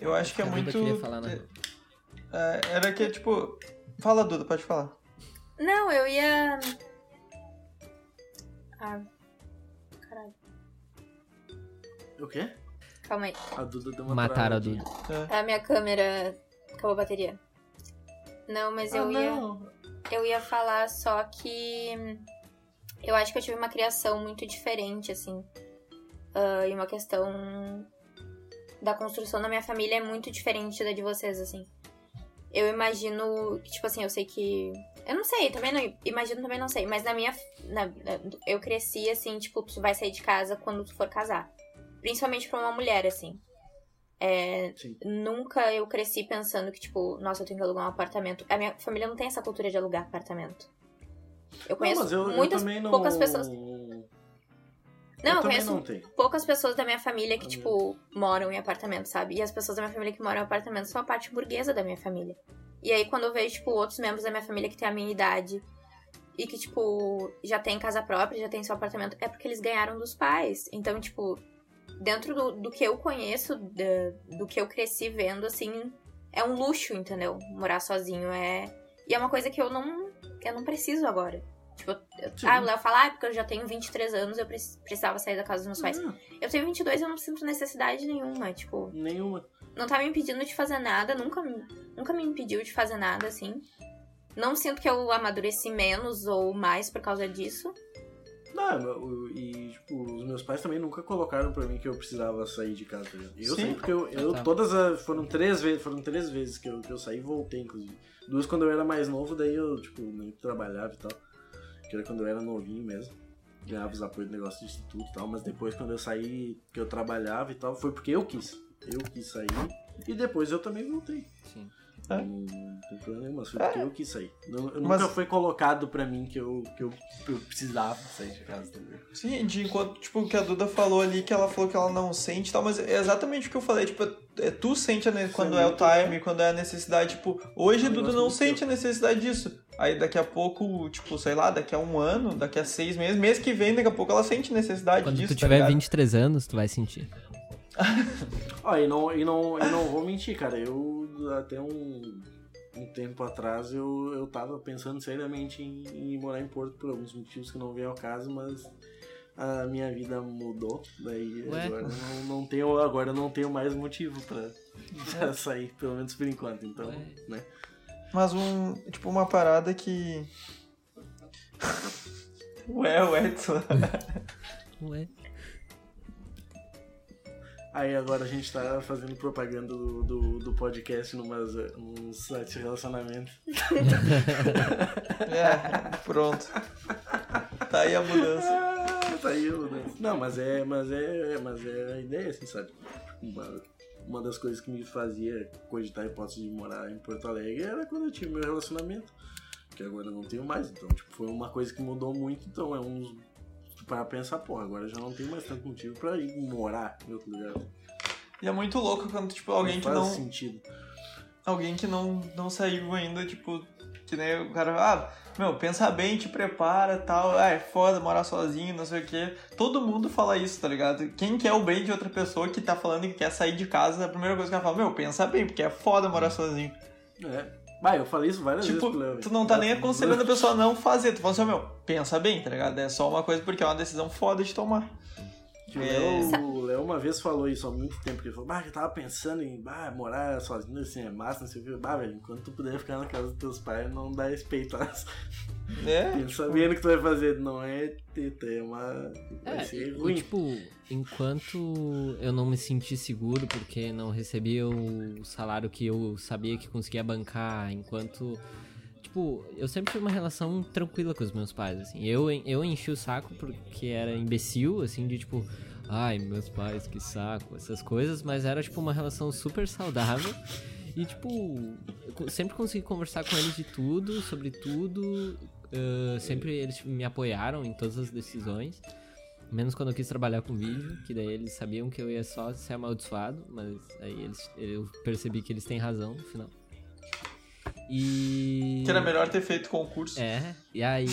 B: Eu acho que é
D: A Duda
B: muito.
D: queria falar, né?
B: É, era que, tipo. Fala, Duda, pode falar.
A: Não, eu ia. Ah. Caralho.
C: O quê?
A: Calma aí.
C: A Duda deu uma
D: Mataram a
C: paradinha.
D: Duda.
B: É.
A: A minha câmera acabou a bateria. Não, mas eu ia. Eu ia falar só que hum, eu acho que eu tive uma criação muito diferente, assim. Ah, e uma questão da construção da minha família é muito diferente da de vocês, assim. Eu imagino, que, tipo assim, eu sei que. Eu não sei, também não. Imagino também não sei, mas na minha. na- na- eu cresci assim, tipo, tu vai sair de casa quando tu for casar. Principalmente pra uma mulher, assim. É.
C: Sim.
A: Nunca eu cresci pensando que, tipo, nossa, eu tenho que alugar um apartamento. A minha família não tem essa cultura de alugar apartamento. Eu
C: Não,
A: conheço
C: mas eu, eu
A: muitas
C: também não...
A: poucas pessoas.
C: eu
A: Não, eu
C: também
A: conheço
C: não tenho.
A: poucas pessoas da minha família que,
C: Ah,
A: tipo, moram em apartamento, sabe? E as pessoas da minha família que moram em apartamento são a parte burguesa da minha família. E aí, quando eu vejo, tipo, outros membros da minha família que têm a minha idade e que, tipo, já tem casa própria, já tem seu apartamento, é porque eles ganharam dos pais. Então, tipo, dentro do, do que eu conheço, da- do que eu cresci vendo, assim, é um luxo, entendeu? Morar sozinho é. E é uma coisa que eu não. Eu não preciso agora. Tipo, eu-
C: Sim.
A: ah, o Léo fala, ah, porque eu já tenho 23 anos, eu preci- precisava sair da casa dos meus pais.
C: Ah,
A: Eu tenho 22 e eu não sinto necessidade nenhuma. Tipo,
C: nenhuma.
A: não tá me impedindo de fazer nada, nunca, me- nunca me impediu de fazer nada, assim. Não sinto que eu amadureci menos ou mais por causa disso.
C: Não, eu- e tipo, os meus pais também nunca colocaram pra mim que eu precisava sair de casa. tá ligado? Eu
B: Sim.
C: saí porque eu, eu-
D: Tá.
C: todas as, foram três vezes, foram três vezes que eu, que eu saí e voltei, inclusive. Duas quando eu era mais novo, daí eu, tipo, nem trabalhava e tal. Que era quando eu era novinho mesmo. Ganhava os apoios do negócio de instituto e tal, mas depois quando eu saí, que eu trabalhava e tal, foi porque eu quis. Eu quis sair e depois eu também voltei.
D: Sim.
B: É.
C: Não tem problema nenhum, mas foi porque eu quis sair. Não, eu
B: Mas-
C: Nunca foi colocado pra mim que eu, que eu, eu precisava sair de casa tá também.
B: Sim, de enquanto, tipo, que a Duda falou ali, que ela falou que ela não sente e tal, mas é exatamente o que eu falei, tipo, é, tu sente a ne- quando é o time, quando é a necessidade, tipo, hoje
C: É
B: a
C: um
B: Duda
C: negócio
B: não
C: muito
B: sente
C: teu.
B: a necessidade disso. Aí daqui a pouco, tipo, sei lá, daqui a um ano, daqui a seis meses, mês que vem, daqui a pouco ela sente necessidade
D: Quando
B: disso.
D: tu
B: tá
D: tiver
B: ligado?
D: 23 anos, tu vai sentir.
C: Ó, Ah, e não, e, não, e não vou mentir, cara. Eu até um, um tempo atrás eu, eu tava pensando seriamente em, em morar em Porto por alguns motivos que não veio ao caso, mas a minha vida mudou. Daí
D: Ué?
C: agora eu não, não tenho, agora eu não tenho mais motivo pra, pra sair, pelo menos por enquanto. Então,
D: Ué?
C: né?
B: Mas um, tipo, uma parada que... (laughs) ué, ué, tu...
D: Ué.
C: Aí agora a gente tá fazendo propaganda do, do, do podcast numas, num site de relacionamento.
B: é, pronto. Tá aí a mudança.
C: Ah, saiu, né? Não, mas é, mas é, mas é a ideia, assim, sabe? Uma, uma das coisas que me fazia cogitar a hipótese de morar em Porto Alegre era quando eu tinha meu relacionamento, que agora eu não tenho mais. Então, tipo, foi uma coisa que mudou muito, então é um para pensar, pô, agora eu já não tenho mais tanto motivo pra ir morar em outro lugar.
B: E é muito louco quando, tipo, alguém
C: não
B: que
C: faz
B: não...
C: sentido.
B: alguém que não, não saiu ainda, tipo, que nem o cara, ah, meu, pensa bem, te prepara tal, ah, é foda morar sozinho, não sei o quê. Todo mundo fala isso, tá ligado? Quem quer o bem de outra pessoa que tá falando que quer sair de casa, a primeira coisa que ela fala, meu, pensa bem, porque é foda morar sozinho.
C: É. Bah, eu falei isso várias
B: tipo,
C: vezes. pro Léo, né?
B: tu não tá
C: velho.
B: nem aconselhando a pessoa a não fazer, tu fala assim, meu, pensa bem, tá ligado? É só uma coisa porque é uma decisão foda de tomar.
C: Que o
B: É.
C: Léo- O Léo uma vez falou isso há muito tempo, que ele falou, bah, eu tava pensando em bah, morar sozinho assim, é massa, não sei o que. Bah, velho, enquanto tu puder ficar na casa dos teus pais, não dá respeito às
B: É,
C: pensa bem no que tu vai fazer. Não é teta, é uma. Vai
D: tipo É,
C: ser
D: e,
C: ruim.
D: tipo, enquanto eu não me senti seguro porque não recebia o salário que eu sabia que conseguia bancar, enquanto. Tipo, eu sempre tive uma relação tranquila com os meus pais, assim. Eu, eu enchi o saco porque era imbecil, assim, de tipo, ai, meus pais, que saco, essas coisas, mas era, tipo, uma relação super saudável. E, tipo, eu co- sempre consegui conversar com eles de tudo, sobre tudo. ah, sempre eles me apoiaram em todas as decisões. Menos quando eu quis trabalhar com vídeo, que daí eles sabiam que eu ia só ser amaldiçoado, mas aí eles, eu percebi que eles têm razão no final. E.
B: Que era melhor ter feito concurso.
D: É, e aí.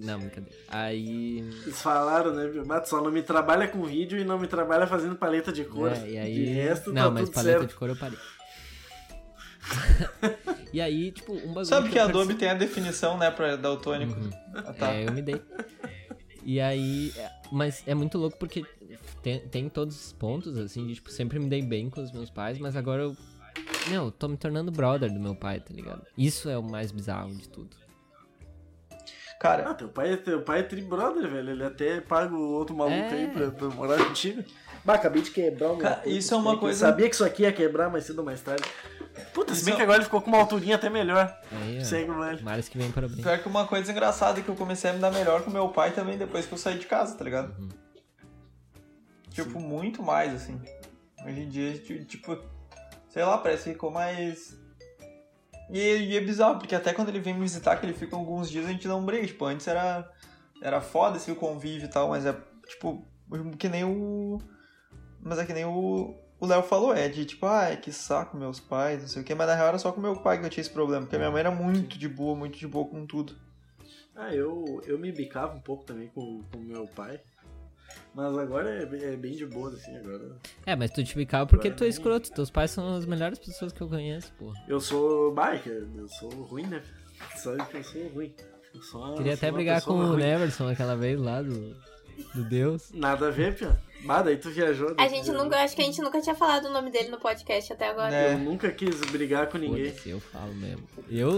D: Não, brincadeira. Aí.
C: Eles falaram, né? Mas só não me trabalha com vídeo e não me trabalha fazendo paleta de cor.
D: É, e aí...
C: De resto,
D: não,
C: tá
D: mas
C: tudo
D: paleta
C: certo.
D: de cor eu parei. (laughs) e aí, tipo, um bagulho.
B: Sabe que
D: eu
B: a Adobe
D: perce-
B: tem a definição, né, pra daltônico? Ah, tá.
D: É, eu me dei. E aí. é- Mas é muito louco porque tem, tem todos os pontos, assim, de, tipo, sempre me dei bem com os meus pais, mas agora eu. Meu, tô me tornando brother do meu pai, tá ligado? Isso é o mais bizarro de tudo.
C: Ah,
B: Cara,
C: teu pai, teu pai é tri-brother, velho. Ele até paga o outro maluco
D: É.
C: aí pra, pra morar contigo. Bah, acabei de quebrar o meu.
B: Cara, isso é uma
C: Eu
B: coisa-
C: Sabia que isso aqui ia quebrar mais cedo ou mais tarde. Puta, se
B: Isso
C: bem
B: é-
C: que agora ele ficou com uma alturinha até melhor.
D: Aí, ó.
C: Segue o ele.
D: Males que vem para o bem.
B: pior que uma coisa engraçada é que eu comecei a me dar melhor com meu pai também depois que eu saí de casa, tá ligado? Tipo, muito mais, assim. Hoje em dia, ti- tipo, sei lá, parece que ficou mais. E, e é bizarro, porque até quando ele vem me visitar, que ele fica alguns dias, a gente não briga. Tipo, antes era, era foda esse convívio e tal, mas é, tipo, que nem o. Mas é que nem o. O Léo falou, é de tipo, ah, que saco meus pais, não sei o quê, mas na real era só com meu pai que eu tinha esse problema, porque minha mãe era muito de boa, muito de boa com tudo.
C: Ah, eu, eu me bicava um pouco também com com o meu pai. Mas agora é, bem- é bem de boa, assim, agora.
D: É, mas tu te bicava porque
C: Agora
D: tu é
C: nem-
D: escroto. Teus pais são as melhores pessoas que eu conheço, pô.
C: Eu sou biker, eu sou ruim, né? Sabe que eu sou ruim. Eu sou uma-
D: Queria
C: sou
D: até
C: uma
D: brigar com
C: pessoa
D: o
C: ruim.
D: Neverson aquela vez lá do, do Deus.
C: Nada a ver, Pia. Bah, daí tu viajou. daí
A: A
C: tu
A: gente
C: viajou.
A: nunca, acho que a gente nunca tinha falado o nome dele no podcast até agora.
B: É.
C: Eu nunca quis brigar com ninguém.
D: Foda-se, eu falo mesmo. Eu,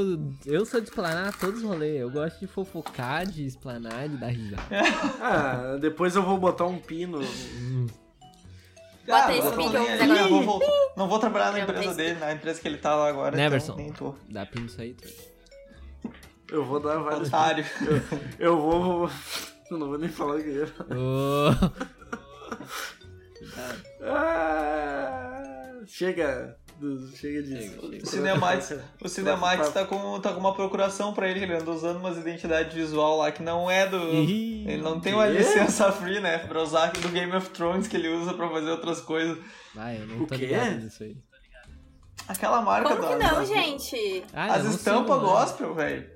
D: eu sou de explanar todos os rolês. Eu gosto de fofocar, de explanar, de dar risada.
C: Ah, depois eu vou botar um pino.
A: Bota
B: mas
A: esse
B: Ah, eu tô
A: vídeo,
B: nem aí,
A: vamos
B: eu
A: agora.
B: vou voltar. Não vou trabalhar na
A: Eu
B: empresa
A: pensei.
B: dele, na empresa que ele tá lá agora.
D: Neverson.
B: Então, nem tô.
D: Dá pino isso aí, tá? tu.
C: Eu vou dar vários.
B: Otário.
C: Eu vou. (laughs) Eu não vou nem falar o que é. eu ia falar. (laughs)
D: Ô,
C: Ah, chega. do- Chega disso.
D: Chega, chega.
B: O Cinemax, o Cinemax tá, com, tá com uma procuração pra ele, que ele anda usando umas identidades visual lá que não é do.
D: Ih.
B: Ele não tem uma
C: Quê?
B: licença free, né? Pra usar do Game of Thrones que ele usa pra fazer outras coisas.
D: Vai, eu
C: O
D: não tô
C: quê?
D: ligado nisso aí.
B: Aquela marca
A: Como
B: da.
A: que não,
B: da-
A: gente?
D: Ah,
B: As
D: eu não sei
B: estampas
D: o nome.
B: gospel, velho.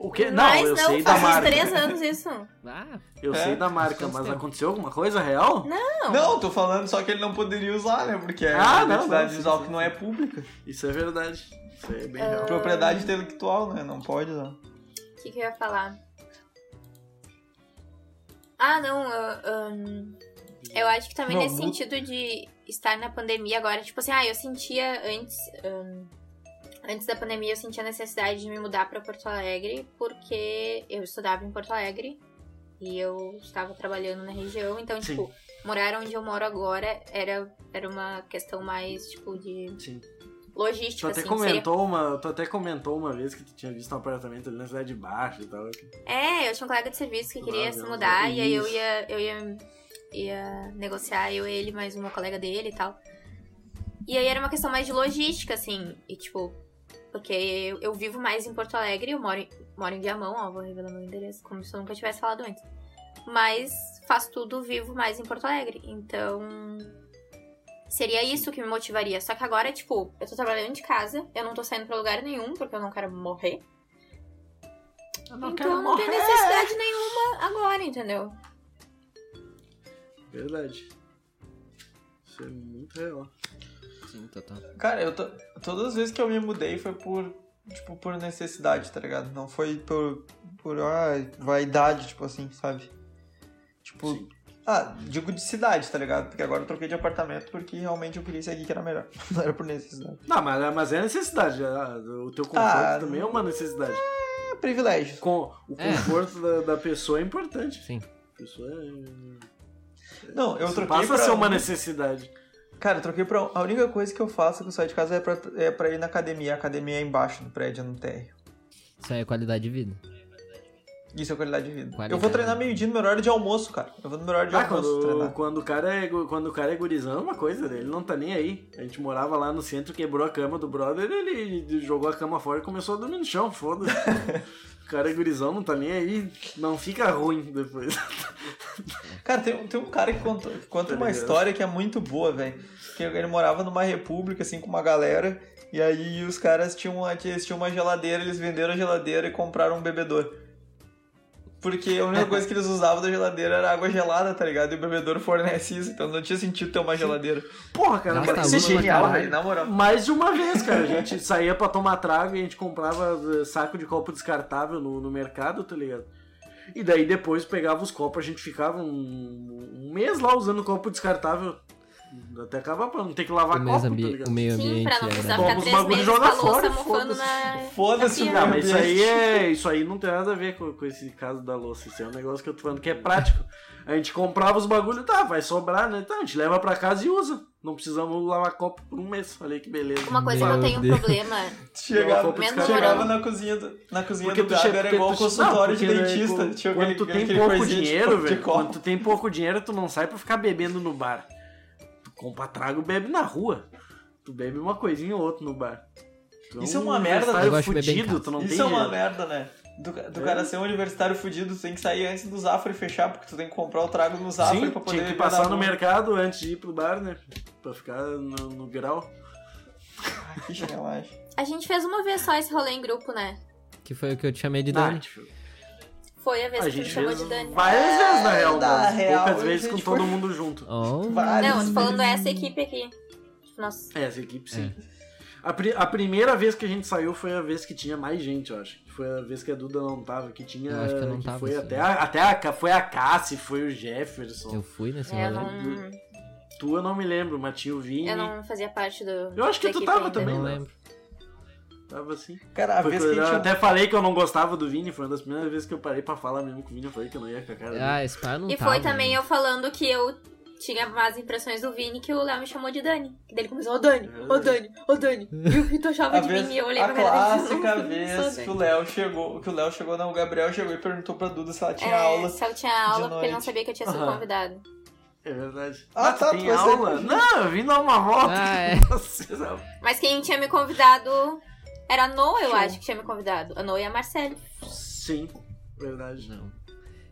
C: O quê? Não,
A: Mas
C: eu
A: não,
C: sei da
A: faz uns
C: marca.
A: três anos isso.
C: (laughs)
D: Ah,
C: Eu
B: É?
C: sei da marca,
D: Faz
C: mas
D: tempo.
C: aconteceu alguma coisa real?
B: Não. tô falando só que ele não poderia usar, né? Porque é
C: Ah,
B: uma
C: não,
B: identidade
C: não, sim,
B: visual
C: sim,
B: que não é pública.
C: Isso é verdade. Isso é
A: Ah.
C: bem real.
B: Propriedade intelectual, né? Não pode usar.
A: O que, que eu ia falar? Ah, não. ah, hum, eu acho que também
B: Não,
A: nesse
B: mu-
A: sentido de estar na pandemia agora, tipo assim, ah, eu sentia antes. hum, antes da pandemia eu sentia a necessidade de me mudar pra Porto Alegre, porque eu estudava em Porto Alegre e eu estava trabalhando na região, então,
C: Sim.
A: tipo, morar onde eu moro agora era, era uma questão mais, tipo, de
C: Sim. Tu
A: logística,
C: até,
A: assim, que seria
C: comentou uma, tu até comentou uma vez que tu tinha visto um apartamento ali na cidade de baixo e tal.
A: É, eu tinha um colega de serviço que queria
C: Ah,
A: se
C: meu
A: mudar, e aí eu
C: Deus.
A: ia, eu ia, ia negociar, eu e ele, mais uma colega dele e tal. E aí era uma questão mais de logística, assim, e tipo, porque eu, eu vivo mais em Porto Alegre, eu moro, em- moro em Viamão, ó, vou revelar meu endereço, como se eu nunca tivesse falado antes. Mas faço tudo vivo mais em Porto Alegre, então seria isso que me motivaria. Só que agora, tipo, eu tô trabalhando de casa, eu não tô saindo pra lugar nenhum, porque eu não quero morrer
C: Eu
A: então não tem necessidade nenhuma agora, entendeu?
C: Verdade. Isso é muito real.
D: sim, total.
B: Cara, eu to- todas as vezes que eu me mudei foi por, tipo, por necessidade, tá ligado? Não foi por, por ah, vaidade, tipo assim, sabe? Tipo,
C: Sim.
B: ah, digo de cidade, tá ligado? Porque agora eu troquei de apartamento porque realmente eu queria esse aqui que era melhor. (laughs) Não era por necessidade.
C: Não, mas, mas é necessidade. ah, O teu conforto
B: Ah,
C: também é uma necessidade.
B: É privilégio.
C: Com, o
D: É.
C: conforto da, da pessoa é importante.
D: Sim.
C: A pessoa é...
B: Não, eu
C: Isso
B: troquei
C: passa a
B: pra-
C: ser uma necessidade.
B: Cara, eu troquei pra. A única coisa que eu faço quando eu saio de casa é pra, é pra ir na academia. A academia é embaixo do prédio, no térreo.
D: Isso aí é qualidade de vida.
B: Isso é qualidade de vida.
D: Qualidade.
B: Eu vou treinar meio-dia no meu horário de almoço, cara. Eu vou no meu horário de
C: Ah,
B: almoço
C: quando,
B: treinar.
C: quando o cara é, gu- quando o cara é gurizão, é uma coisa, né? ele não tá nem aí. A gente morava lá no centro, quebrou a cama do brother, ele jogou a cama fora e começou a dormir no
B: (laughs)
C: chão, foda-se. o cara é gurizão, não tá nem aí. Não fica ruim depois.
B: Cara, tem, tem um cara que conta, que conta
C: Tá
B: uma
C: ligado?
B: história que é muito boa, velho. Que ele morava numa república, assim, com uma galera. E aí os caras tinham uma, eles tinham uma geladeira, eles venderam a geladeira e compraram um bebedor. Porque a única coisa que eles usavam da geladeira era água gelada, tá ligado? E o bebedouro fornece isso, então não tinha sentido ter uma geladeira.
C: Porra, cara,
D: Gasta
C: mas-
D: luz
B: Isso é
D: pra
B: genial,
D: caralho.
B: velho, na moral.
C: Mais de uma vez, cara. A gente saía pra tomar trago e a gente comprava eh, saco de copo descartável no, no mercado, tá ligado? E daí depois pegava os copos, a gente ficava um, um mês lá usando copo descartável. Até acabar pra não ter que lavar
D: o, meio
C: copo, tá
D: Um ambi-
C: ligado?
D: o meio
A: Sim,
D: ambiente
A: pra não
D: é
A: precisar
D: brabo.
A: ficar
C: Bota os
A: três
C: bagulho e
A: meses com
C: joga
A: a louça
C: fora,
A: mofando
C: foda-se.
A: na...
B: Foda-se o
A: Tá
C: Não, Ah, mas isso aí,
B: ambiente.
C: é, isso aí não tem nada a ver com, com esse caso da louça. Isso é um negócio que eu tô falando que é prático. A gente comprava os bagulho, tá, vai sobrar, né? Tá, a gente leva pra casa e usa. Não precisamos lavar copo por um mês. Falei que beleza.
A: Uma coisa
D: Meu
A: que eu tenho um
D: Deus.
A: problema.
B: Chegava,
C: Menos
B: chegava
A: moral.
B: na cozinha do, na cozinha
C: Porque
B: do
C: tu
B: Gabi,
C: chega-
B: era
C: porque
B: é igual
C: tu-
B: consultório
C: não,
B: de
C: porque, né,
B: dentista.
C: quando-
B: tinha
C: Quando
B: aquele,
C: tu tem
B: aquele
C: pouco
B: coisinha de
C: dinheiro,
B: copo de
C: velho,
B: copo.
C: quando tu tem pouco dinheiro, tu não sai pra ficar bebendo no bar. Tu compra trago, bebe na rua. Tu bebe uma coisinha ou outra no bar. Tu
B: Isso é
C: um
B: uma merda,
C: universitário
D: eu gosto de beber em
C: fudido,
D: casa.
C: tu não
B: Isso
C: tem
B: é uma
C: dinheiro.
B: merda, né? Do, do
C: É.
B: cara ser um universitário fudido, tu tem que sair antes do Zafra fechar, porque tu tem que comprar o trago no Zafra
C: Sim,
B: pra poder
C: tinha que
B: beber na
C: passar no
B: (laughs) rua.
C: mercado antes de ir pro bar, né? Pra ficar no, no grau.
B: Ah,
C: (laughs)
B: que chinelagem.
A: A gente fez uma vez só esse rolê em grupo, né?
D: Que foi o que eu te chamei de
C: Não,
D: Dani.
A: Foi a vez que tu
C: tipo, a
A: me
C: gente
A: chamou
C: fez
A: de Dani.
C: várias vezes, na real,
B: Na
C: mas
B: real,
C: poucas
B: a
C: vezes com
B: gente
C: todo
B: foi-
C: mundo junto.
D: Oh,
A: Não,
B: Vários
A: tô falando
B: meses.
A: essa equipe aqui. Tipo, Nossa,
C: É, essa equipe sim. A, pri- a primeira vez que a gente saiu foi a vez que tinha mais gente, eu acho. Foi a vez que a Duda não tava, que tinha.
D: Eu acho que eu não tava,
C: foi
D: sim.
C: até a, até a Ca- foi a Cassi, foi o Jefferson.
D: eu fui nesse
A: é, eu,
D: rolê.
A: não,
C: Tu eu não me lembro, mas tinha o Vini.
A: Ah. eu não fazia parte do.
C: Eu acho que
A: da
C: tu
A: equipe
C: tava
A: ainda.
C: também.
D: Não
C: né?
D: lembro.
C: Tava assim.
B: Cara, a
C: Foi
B: vez que
C: quando
B: a
C: eu
B: gente
C: até falei que eu não gostava do Vini, foi uma das primeiras vezes que eu parei pra falar mesmo com o Vini, eu falei que eu não ia com a cara dele.
D: Ah, esse pai não
A: E
D: tava,
A: foi também
D: né?
A: eu falando que eu tinha más impressões do Vini que o Léo me chamou de Dani. Que daí ele começou, ô Dani, ô Dani, ô Dani. E o que tu achava
B: A,
A: de
B: vez,
A: mim? E eu olhei
B: a
A: pra cara dele e disse,
B: clássica
A: "Não, não sou
B: vez que o
A: Dani."
B: Léo chegou, que o Léo chegou, não, o Gabriel chegou e perguntou pra Duda se ela tinha
A: é,
B: aula.
A: Se eu tinha aula, porque ele não
B: noite.
A: sabia que eu tinha sido
C: Aham.
A: convidado.
C: É verdade.
B: Ah,
C: tu
B: tá, tu
C: tem
B: vai sair
C: aula?
B: com a gente.
C: Não, eu vim dar uma volta. (laughs)
D: Ah, é.
A: Mas quem tinha me convidado era a Noa, eu acho que tinha me convidado. A Noa e a Marcele.
C: Sim, verdade.
D: Não.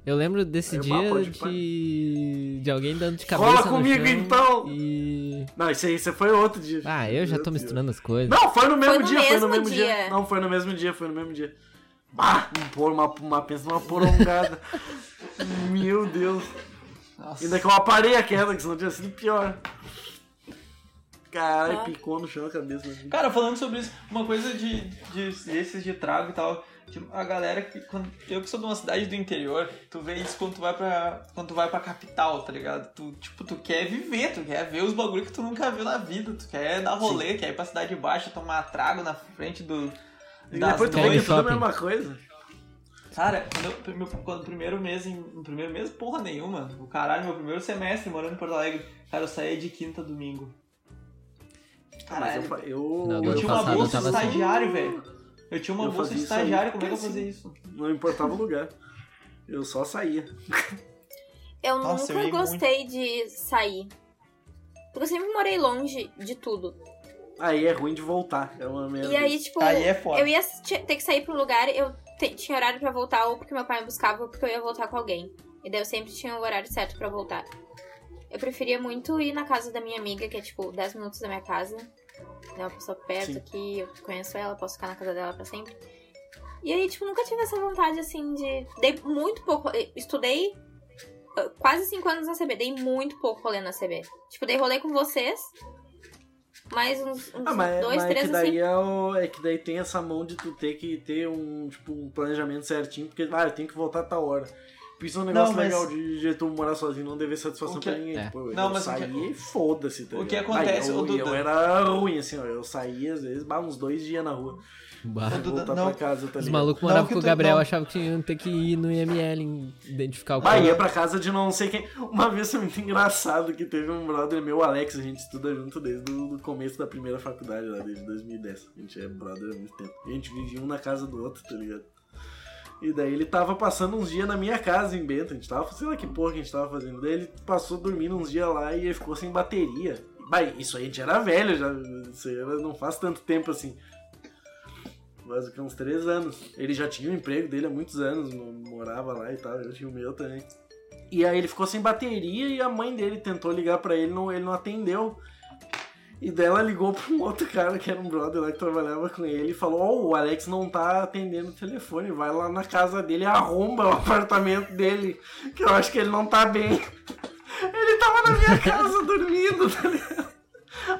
D: Eu lembro desse
C: Aí o
D: dia
C: mapa é um de
D: de... de alguém dando de cabeça
C: Cola
D: no
C: comigo,
D: chão
C: então!
D: E...
C: Não, isso aí isso foi outro dia.
D: Ah, eu já
C: Meu
D: tô
C: Deus.
D: misturando as coisas.
C: Não, foi no mesmo
A: Foi no
C: dia, foi no
A: mesmo
C: mesmo dia.
A: dia.
C: Não, foi no mesmo dia, foi no mesmo dia. Bah, um por, uma, uma pensa
A: (laughs)
C: uma porongada. Meu Deus.
B: Nossa.
C: Ainda que eu aparei a queda, que senão tinha sido pior. Caralho,
A: Ah.
C: picou no chão a cabeça. né?
B: Cara, falando sobre isso, uma coisa de, de desses de trago e tal, de- a galera que. quando- eu que sou de uma cidade do interior, tu vê isso quando tu vai pra. Quando tu vai pra capital, tá ligado? Tu, tipo, tu quer viver, tu quer ver os bagulho que tu nunca viu na vida, tu quer dar rolê, quer ir pra cidade baixa, tomar trago na frente do.
C: E
B: das
C: depois tu vê que é
B: noites.
D: Teleshopping.
C: tudo a mesma coisa.
B: Cara, quando, eu- meu- quando o primeiro mês, em, no primeiro mês, porra nenhuma. O caralho, meu primeiro semestre morando em Porto Alegre. Cara, eu saía de quinta a domingo.
C: Mas
B: Caralho,
C: eu, fa- eu,
D: Não,
C: eu, um
D: do
B: eu
D: ano
B: tinha uma
D: passado eu
B: bolsa de
D: tava assim.
B: estagiário, velho. Eu tinha uma
C: Eu
B: bolsa de
C: fazia isso aí,
B: estagiário, como é que eu
C: assim.
B: fazia isso?
C: não importava o lugar. Eu só saía.
A: Eu
B: Nossa, eu
A: nunca
B: ia
A: gostei de sair. Porque eu sempre morei longe de tudo.
C: Aí é ruim de voltar. É uma merda.
A: E aí, tipo,
B: Aí é foda.
A: eu ia t- ter que sair pro lugar, eu te- tinha horário pra voltar, ou porque meu pai me buscava, ou porque eu ia voltar com alguém. E daí eu sempre tinha o horário certo pra voltar. Eu preferia muito ir na casa da minha amiga, que é tipo 10 minutos da minha casa. É uma pessoa perto
C: Sim.
A: aqui, eu conheço ela, posso ficar na casa dela pra sempre. E aí, tipo, nunca tive essa vontade assim de. Dei muito pouco. Estudei eh, quase 5 anos na CB, dei muito pouco rolê na CB. Tipo, dei rolê com vocês. Mais uns, uns
C: Ah, mas,
A: dois,
C: mas é
A: três
C: que
A: assim.
C: daí é, o- é que daí tem essa mão de tu ter que ter um, tipo, um planejamento certinho, porque, ah, eu tenho que voltar a tal hora. Porque Isso é um negócio
B: mas-
C: legal de, de tu morar sozinho, não dever satisfação
B: O que-
C: pra ninguém.
D: É.
C: Tipo,
B: Não,
C: eu
B: mas o que-
C: saí e foda-se, tá
B: o
C: ligado?
B: que acontece,
C: Ah,
B: ô,
C: eu,
B: Duda?
C: eu era ruim, assim, ó, eu saía às vezes, bah, uns dois dias na rua,
D: Bah.
B: Ô,
C: pra
B: Duda,
C: voltar
B: não.
C: pra casa, tá
D: Os
C: ligado?
D: malucos
B: Não,
D: moravam
B: que
D: com o
B: tu-
D: Gabriel,
B: não.
D: achavam que iam ter que ir no IML em- identificar o
C: Bah, ia
D: cara.
C: pra casa de não sei quem. Uma vez foi muito engraçado que teve um brother meu, o Alex, a gente estuda junto desde o do começo da primeira faculdade lá, desde 2010. A gente é brother há muito tempo. A gente vivia um na casa do outro, tá ligado? E daí ele tava passando uns dias na minha casa em Bento. A gente tava, sei lá que porra que a gente tava fazendo. Daí ele passou dormindo uns dias lá e ele ficou sem bateria. Bah, isso aí a gente era velho, já. Isso aí era- não faz tanto tempo assim. Mas o que uns três anos. Ele já tinha o emprego dele há muitos anos, mo- morava lá e tal, eu tinha o meu também. E aí ele ficou sem bateria e a mãe dele tentou ligar pra ele, não, ele não atendeu. E daí ela ligou pra um outro cara que era um brother lá que trabalhava com ele e falou: Ó, o Alex não tá atendendo o telefone, vai lá na casa dele e arromba o apartamento dele, que eu acho que ele não tá bem. (laughs) Ele tava na minha casa dormindo, tá ligado?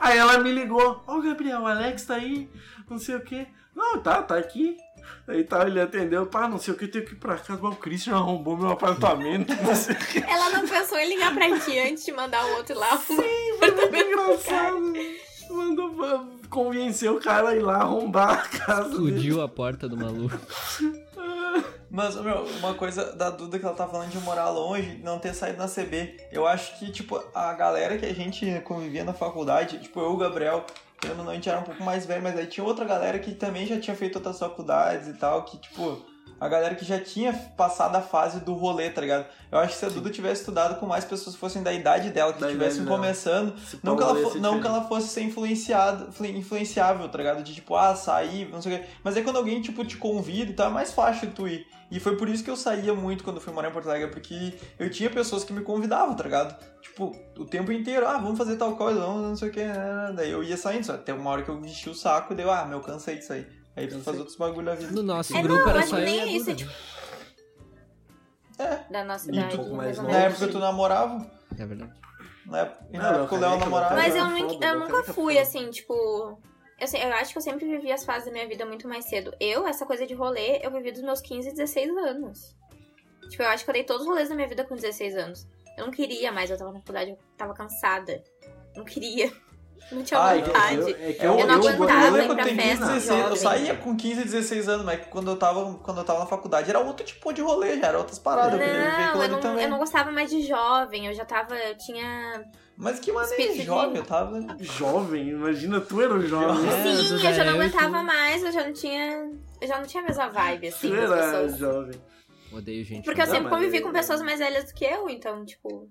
C: Aí ela me ligou: Ó, Gabriel, o Alex tá aí, não sei o quê. Não, tá, tá aqui. Aí tá, ele atendeu, pá, não sei o que, eu tenho que ir pra casa, mas o Christian arrombou meu apartamento, (laughs) não sei o que.
A: Ela não pensou em ligar pra ti antes de mandar o outro lá.
C: Foi muito engraçado. Mandou pra- convencer o cara a ir lá arrombar a casa dele.
D: Explodiu a porta do maluco.
B: Mas, meu, uma coisa da Duda que ela tá falando de morar longe, não ter saído na CB. Eu acho que, tipo, a galera que a gente convivia na faculdade, tipo, eu, o Gabriel, querendo ou não, a gente era um pouco mais velho, mas aí tinha outra galera que também já tinha feito outras faculdades e tal, que, tipo, a galera que já tinha passado a fase do rolê, tá ligado? Eu acho que se a Duda tivesse estudado com mais pessoas que fossem da idade dela, que
C: Da
B: estivessem
C: idade dela.
B: começando,
C: Esse
B: não que,
C: pau
B: ela
C: ia
B: fo-
C: ser
B: não que
C: diferente.
B: ela fosse ser influenciado, flu- influenciável, tá ligado? De tipo, ah, sair, não sei o quê. Mas é quando alguém, tipo, te convida e tal, é mais fácil tu ir. E foi por isso que eu saía muito quando eu fui morar em Porto Alegre, porque eu tinha pessoas que me convidavam, tá ligado? Tipo, o tempo inteiro, ah, vamos fazer tal coisa, vamos não sei o quê. né? Daí eu ia saindo, só até uma hora que eu enchi o saco e deu, ah, meu, cansei disso aí. Aí tu faz outros bagulho na vida.
D: No nosso
A: É,
D: grupo
A: não,
D: era
A: acho
D: só
A: que
D: eu e
A: nem
D: a
A: isso,
D: Duda,
A: tipo,
D: né?
A: Da nossa
C: Um
A: idade.
C: pouco
A: mais
C: mais
A: ou
B: Na
A: menos.
C: longe.
B: época tu namorava,
D: É verdade.
B: na época, e na
C: Não,
B: época o
C: não,
B: Léo
C: careca,
B: namorava.
A: Mas eu,
C: Ah,
A: nunca-
C: foda,
A: eu
C: não,
A: nunca
C: cara,
A: fui,
C: foda.
A: assim, tipo. Eu, sei- eu acho que eu sempre vivi as fases da minha vida muito mais cedo. Eu, essa coisa de rolê, eu vivi dos meus 15, 16 anos. Tipo, eu acho que eu dei todos os rolês da minha vida com 16 anos. Eu não queria mais, eu tava na faculdade, eu tava cansada. Não queria. Não tinha
B: Ah,
A: vontade.
C: eu, é que
B: Eu,
C: eu,
A: não
C: eu-
A: aguentava
B: eu
A: ir
B: lembro
A: pra
B: que eu tenho 15,
A: festa,
B: 16, eu
A: jovem.
B: saía com 15, 16 anos, mas quando eu tava, quando eu tava na faculdade era outro tipo de rolê, já era outras paradas. eu queria viver aquilo
A: Não, eu
B: ali
A: não,
B: também.
A: eu não gostava mais de jovem, eu já tava. Eu tinha.
B: Mas que maneiro,
A: Espírito de-
B: jovem, eu tava.
C: Jovem, imagina, tu era um jovem.
B: É,
A: Sim,
D: Duda,
A: eu já não
D: eu que-
C: né?
A: aguentava mais, eu já não tinha. Eu já não tinha a mesma vibe, assim,
C: Tu
A: das
C: era
A: pessoas.
C: jovem.
D: Odeio gente. tá?
A: Porque eu
C: Não,
A: sempre
C: mas
A: convivi
C: aí-
A: com pessoas mais velhas do que eu, então, tipo.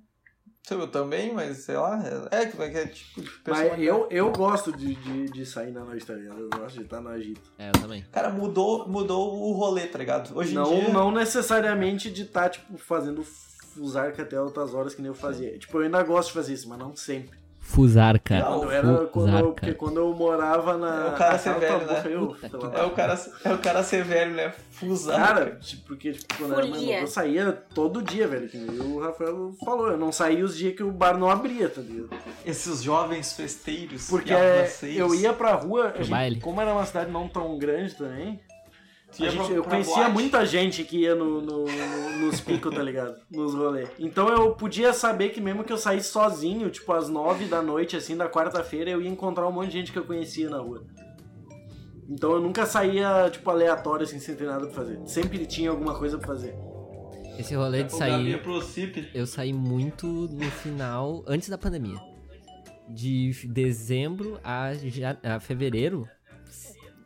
B: Eu também, mas sei lá. É, é, que- é, que tipo de pessoa.
C: Mas eu, eu gosto de, de, de sair na noite, tá ligado? Eu gosto de estar no agito.
D: É, eu também.
B: Cara, mudou, mudou o rolê, tá ligado? Hoje
C: Não,
B: em dia.
C: não necessariamente de estar, tipo, fazendo fusarca até altas horas que nem eu fazia. Tipo, eu ainda gosto de fazer isso, mas não sempre.
D: Fusarca.
B: Não,
C: Quando eu era. Quando eu, porque quando eu morava na.
B: É o cara
C: na
B: ser
C: casa,
B: velho,
C: tua
B: né?
C: boca, eu-
D: Puta
C: pela-
D: que
B: É o, cara, é o cara ser velho, né? Fusar.
C: Cara, tipo, porque tipo, quando eu era mais
A: Folia.
C: novo, eu saía todo dia, velho. Que nem o Rafael falou, eu não saía os dias que o bar não abria, tá ligado?
B: esses jovens festeiros.
C: Porque é,
B: e
C: eu
B: arruaceiros.
C: ia pra rua, a
D: Pro
C: gente-
D: baile.
C: como era uma cidade não tão grande também,
B: Tu
C: a
B: ia
C: gente-
B: pra-
C: eu
B: pra
C: conhecia
B: boate.
C: muita gente que ia no, no- no- nos picos, tá ligado? Nos rolê. Então eu podia saber que mesmo que eu saísse sozinho, tipo, às nove da noite, assim, da quarta-feira, eu ia encontrar um monte de gente que eu conhecia na rua. Então eu nunca saía, tipo, aleatório, assim, sem ter nada pra fazer. Sempre tinha alguma coisa pra fazer.
D: Esse rolê de
B: O Gabi ia
D: sair,
B: pro CIP. (laughs)
D: eu saí muito no final, antes da pandemia. De dezembro a, ja- a fevereiro,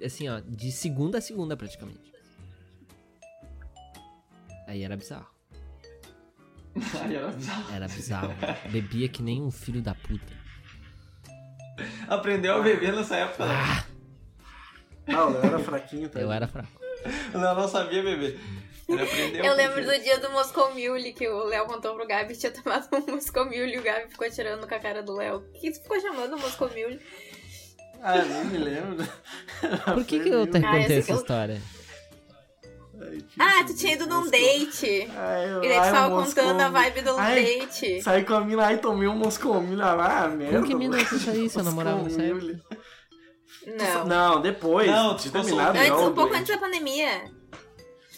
D: assim, ó, de segunda a segunda praticamente. Aí era bizarro.
B: Ai, era bizarro.
A: (laughs)
D: Era bizarro. Bebia que nem um filho da puta.
B: Aprendeu a beber nessa época, né?
C: Ah, eu era fraquinho, tá?
D: Eu
C: ligado?
D: era fraco.
B: Não, não sabia beber. Ele aprendeu.
A: Eu lembro
B: porque-
A: do dia do Moscou Mule, que o Léo contou pro Gabi que tinha tomado um Moscou Mule e o Gabi ficou tirando com a cara do Léo. O que tu ficou chamando o Moscou Mule?
C: Ah, nem me lembro. (laughs)
D: Por que, que eu te
C: tenho?
A: Ah, esse
D: contei essa
A: eu-
D: história?
A: Ah, tu tinha ido num date. E daí tu tava contando a vibe do
C: Ah, um Ai,
A: date.
C: Saí com a mina aí, tomei um moscomilho. Ah, merda.
D: Como que mina que isso aí, se eu namorava nessa
C: Moscomilho.
A: Não.
C: Não, depois.
B: Não,
C: de
B: tu
C: terminado,
B: ficou
A: Antes,
C: não.
A: um pouco
C: doente.
A: antes da pandemia.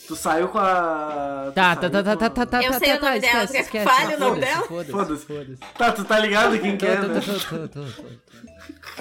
C: Tu saiu com a. tu
D: Tá,
C: saiu
D: tá, tá, tá,
C: com a-
D: tá, tá, tá,
A: Eu
D: tá,
A: sei o
D: tá,
A: nome dela,
D: esquece,
A: tu quer que eu
D: esquece.
A: fale o nome
D: Foda-se,
A: dela?
D: Foda-se, foda-se. tá,
C: Tá, tu tá ligado quem
D: Tô,
C: que é,
D: tô,
C: né?
D: tô, tô, tô, tô, tô, tô.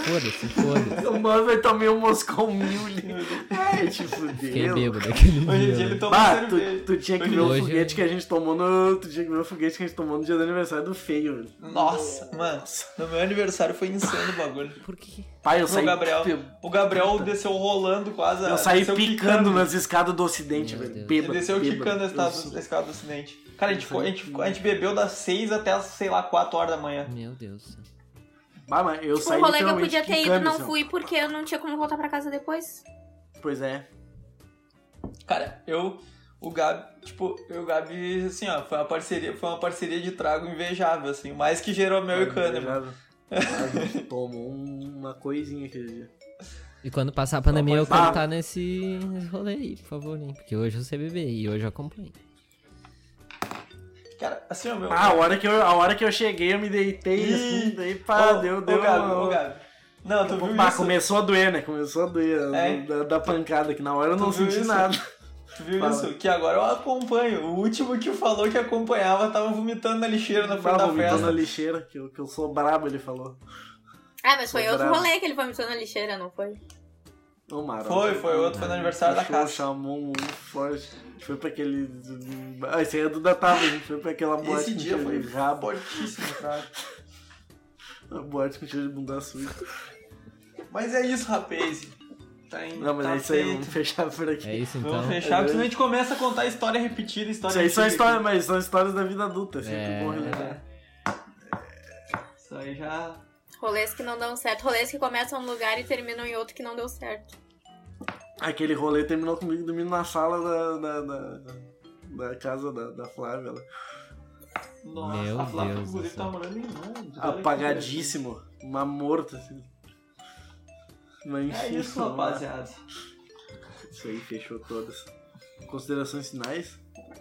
D: Foda-se, foda-se.
C: O mano vai tomei um moscomilho. Ai, te
D: Fiquei
C: fudeu.
D: é bêbado aquele
B: Hoje em
D: dia.
B: dia ele
D: né?
B: toma
C: Bah,
B: cerveja.
C: tu, tu tinha que ver o
D: Hoje-
C: foguete que a gente tomou no. Tu tinha que ver o foguete que a gente tomou no dia do aniversário do feio, velho.
B: Nossa, mano. No meu aniversário foi insano o bagulho.
D: Por que?
C: Pai, Hum. eu
B: O
C: saí.
B: Gabriel, o Gabriel desceu rolando quase.
C: Eu saí
B: tá, desceu
C: picando nas escadas do ocidente,
D: Meu
C: velho.
D: Deus.
B: Ele
C: Bêbado,
B: desceu
C: bêbado.
B: quicando a escada,
C: Eu-
B: a escada do acidente. Cara, a gente,
C: Eu
B: ficou- a,
C: falei-
B: gente, ficou- a gente bebeu das 6 até as, sei lá, 4 horas da manhã.
D: Meu Deus do céu.
C: Bah, mas eu
A: Tipo, um rolê
C: saí
A: que eu
C: literalmente
A: podia ter ido,
C: quicando,
A: não
C: assim, ó.
A: fui porque eu não tinha como voltar pra casa depois.
C: Pois é.
B: Cara, eu, o Gabi, tipo, eu e o Gabi, assim, ó, foi uma parceria, foi uma parceria de trago invejável, assim, mais que gerou meu e Kahneman.
C: Já- já- já Tomou uma coisinha aquele dia.
D: E quando passar a pandemia, eu
B: pode
D: quero
C: ser.
D: estar nesse nesse rolê aí, por favor, hein? Porque hoje eu sei beber e hoje eu acompanho.
B: Cara, assim, ó, meu.
C: Ah, a hora que eu, a hora que eu cheguei, eu me deitei,
B: Ih,
C: assim, daí
B: Ô,
C: pá, deu,
B: ô,
C: deu.
B: Gabi,
C: uma-
B: ô, Gabi. Não, tu viu
C: Pá,
B: isso?
C: começou a doer, né? Começou a doer
B: É.
C: né? da, da pancada, que na hora eu
B: Tu
C: não
B: viu
C: senti
B: isso?
C: nada.
B: Tu viu
C: Fala.
B: isso? Que agora eu acompanho. O último que falou que acompanhava tava vomitando na lixeira na frente
C: Tava
B: da
C: vomitando na
B: festa.
C: lixeira, que eu, que eu sou brabo, ele falou.
A: Ah, mas foi
C: Foi
A: outro
C: bravo.
A: rolê que ele vomitou na lixeira, não foi?
C: Ô, Mara,
B: Foi, foi outro, foi no aniversário da
C: puxou,
B: casa.
C: chamou um forte. A gente foi pra aquele. Ah, esse aí é do da Tava, a gente foi pra aquela boate
B: Esse
C: com
B: dia
C: cheiro
B: foi
C: de rabo.
B: fortíssimo, cara.
C: Uma boate com cheiro de bunda suja.
B: Mas é isso, rapaz. Tá em,
C: Não, mas
B: tá
C: é isso aí,
B: feito.
C: vamos fechar por aqui.
D: É isso então.
B: Vamos fechar, porque senão a gente começa a contar história repetida, história
C: Isso aí são
B: repetida.
C: histórias, mas são histórias da vida adulta, é sempre
D: É.
C: bom relembrar.
B: É. Isso aí já.
A: Rolês que não dão certo. Rolês que começam um lugar e terminam em outro que não deu certo.
C: Aquele rolê terminou comigo dormindo na sala da, da, da, da casa da, da Flávia. Lá.
B: Nossa,
D: Meu
B: a Flávia,
D: Deus do
B: inclusive, tá
D: céu.
B: morando em Londres. olha que
C: Apagadíssimo, uma morta, assim. Mas
B: interessante.
C: enfim,
B: É isso,
C: vamos lá.
B: rapaziada.
C: Isso aí, fechou todas. Considerações finais?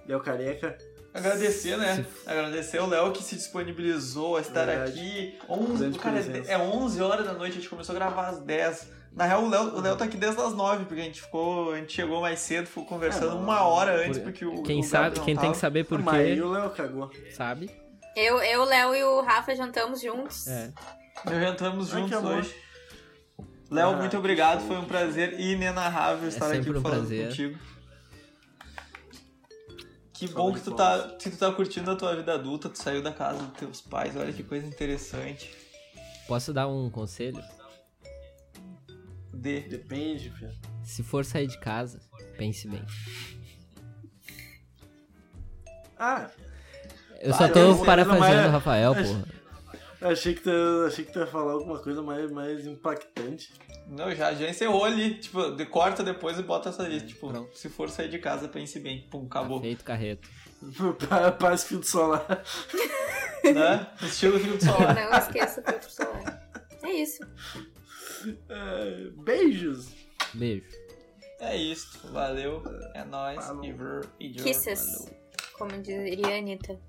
C: Léo Careca.
B: Agradecer, né? Agradecer ao Léo que se disponibilizou a estar
C: Verdade.
B: aqui. 11,
C: Grande
B: cara,
C: presença.
B: é 11 horas da noite, a gente começou a gravar às 10. Na real, o Léo, o Léo tá aqui desde as 9, porque a gente ficou. A gente chegou mais cedo, ficou conversando
C: Ah, não.
B: uma hora antes,
D: É, Por-
B: porque o.
D: Quem
B: o Gabi
D: sabe,
B: não
D: quem tem
B: tava.
D: que saber por
C: Mas aí
D: quê,
C: o Léo cagou.
D: sabe?
A: Eu, eu, o Léo e o Rafa jantamos juntos.
D: É.
B: Nós jantamos
C: Ai, que
B: juntos
C: amor.
B: hoje. Léo,
C: Ah,
B: muito
C: que
B: obrigado.
C: show,
B: Foi um
C: que
B: prazer inenarrável estar aqui
D: sempre um
B: falando
D: prazer.
B: contigo. Que
C: Só
B: bom
C: de
B: que tu,
C: bom.
B: tá, que tu tá curtindo a tua vida adulta, tu saiu da casa dos teus pais, olha que coisa interessante.
D: Posso dar um conselho?
B: De.
C: Depende, filho.
D: Se for sair de casa, pense bem.
C: Ah,
D: Eu
B: Ah,
D: só
B: eu
D: tô
B: sei, mas
D: parafraseando
C: é-
D: o Rafael, porra.
C: achei que, tu, achei que tu ia falar alguma coisa mais, mais impactante. (laughs)
B: Não, já, já encerrou ali. Tipo, de, corta depois e bota essa lista. Tipo,
D: É, pronto.
B: se for sair de casa, pense bem. Pum,
D: Tá
B: acabou.
D: feito carreto.
C: Pa- Paz Filho do Solar.
B: né? Estilo Rio do Solar.
A: Não esqueça o filtro solar. É isso.
C: É, beijos.
D: Beijo.
B: É isso. Valeu. É nóis.
C: Falou.
B: Iver e Joe.
A: Kisses. Como diria a Anitta.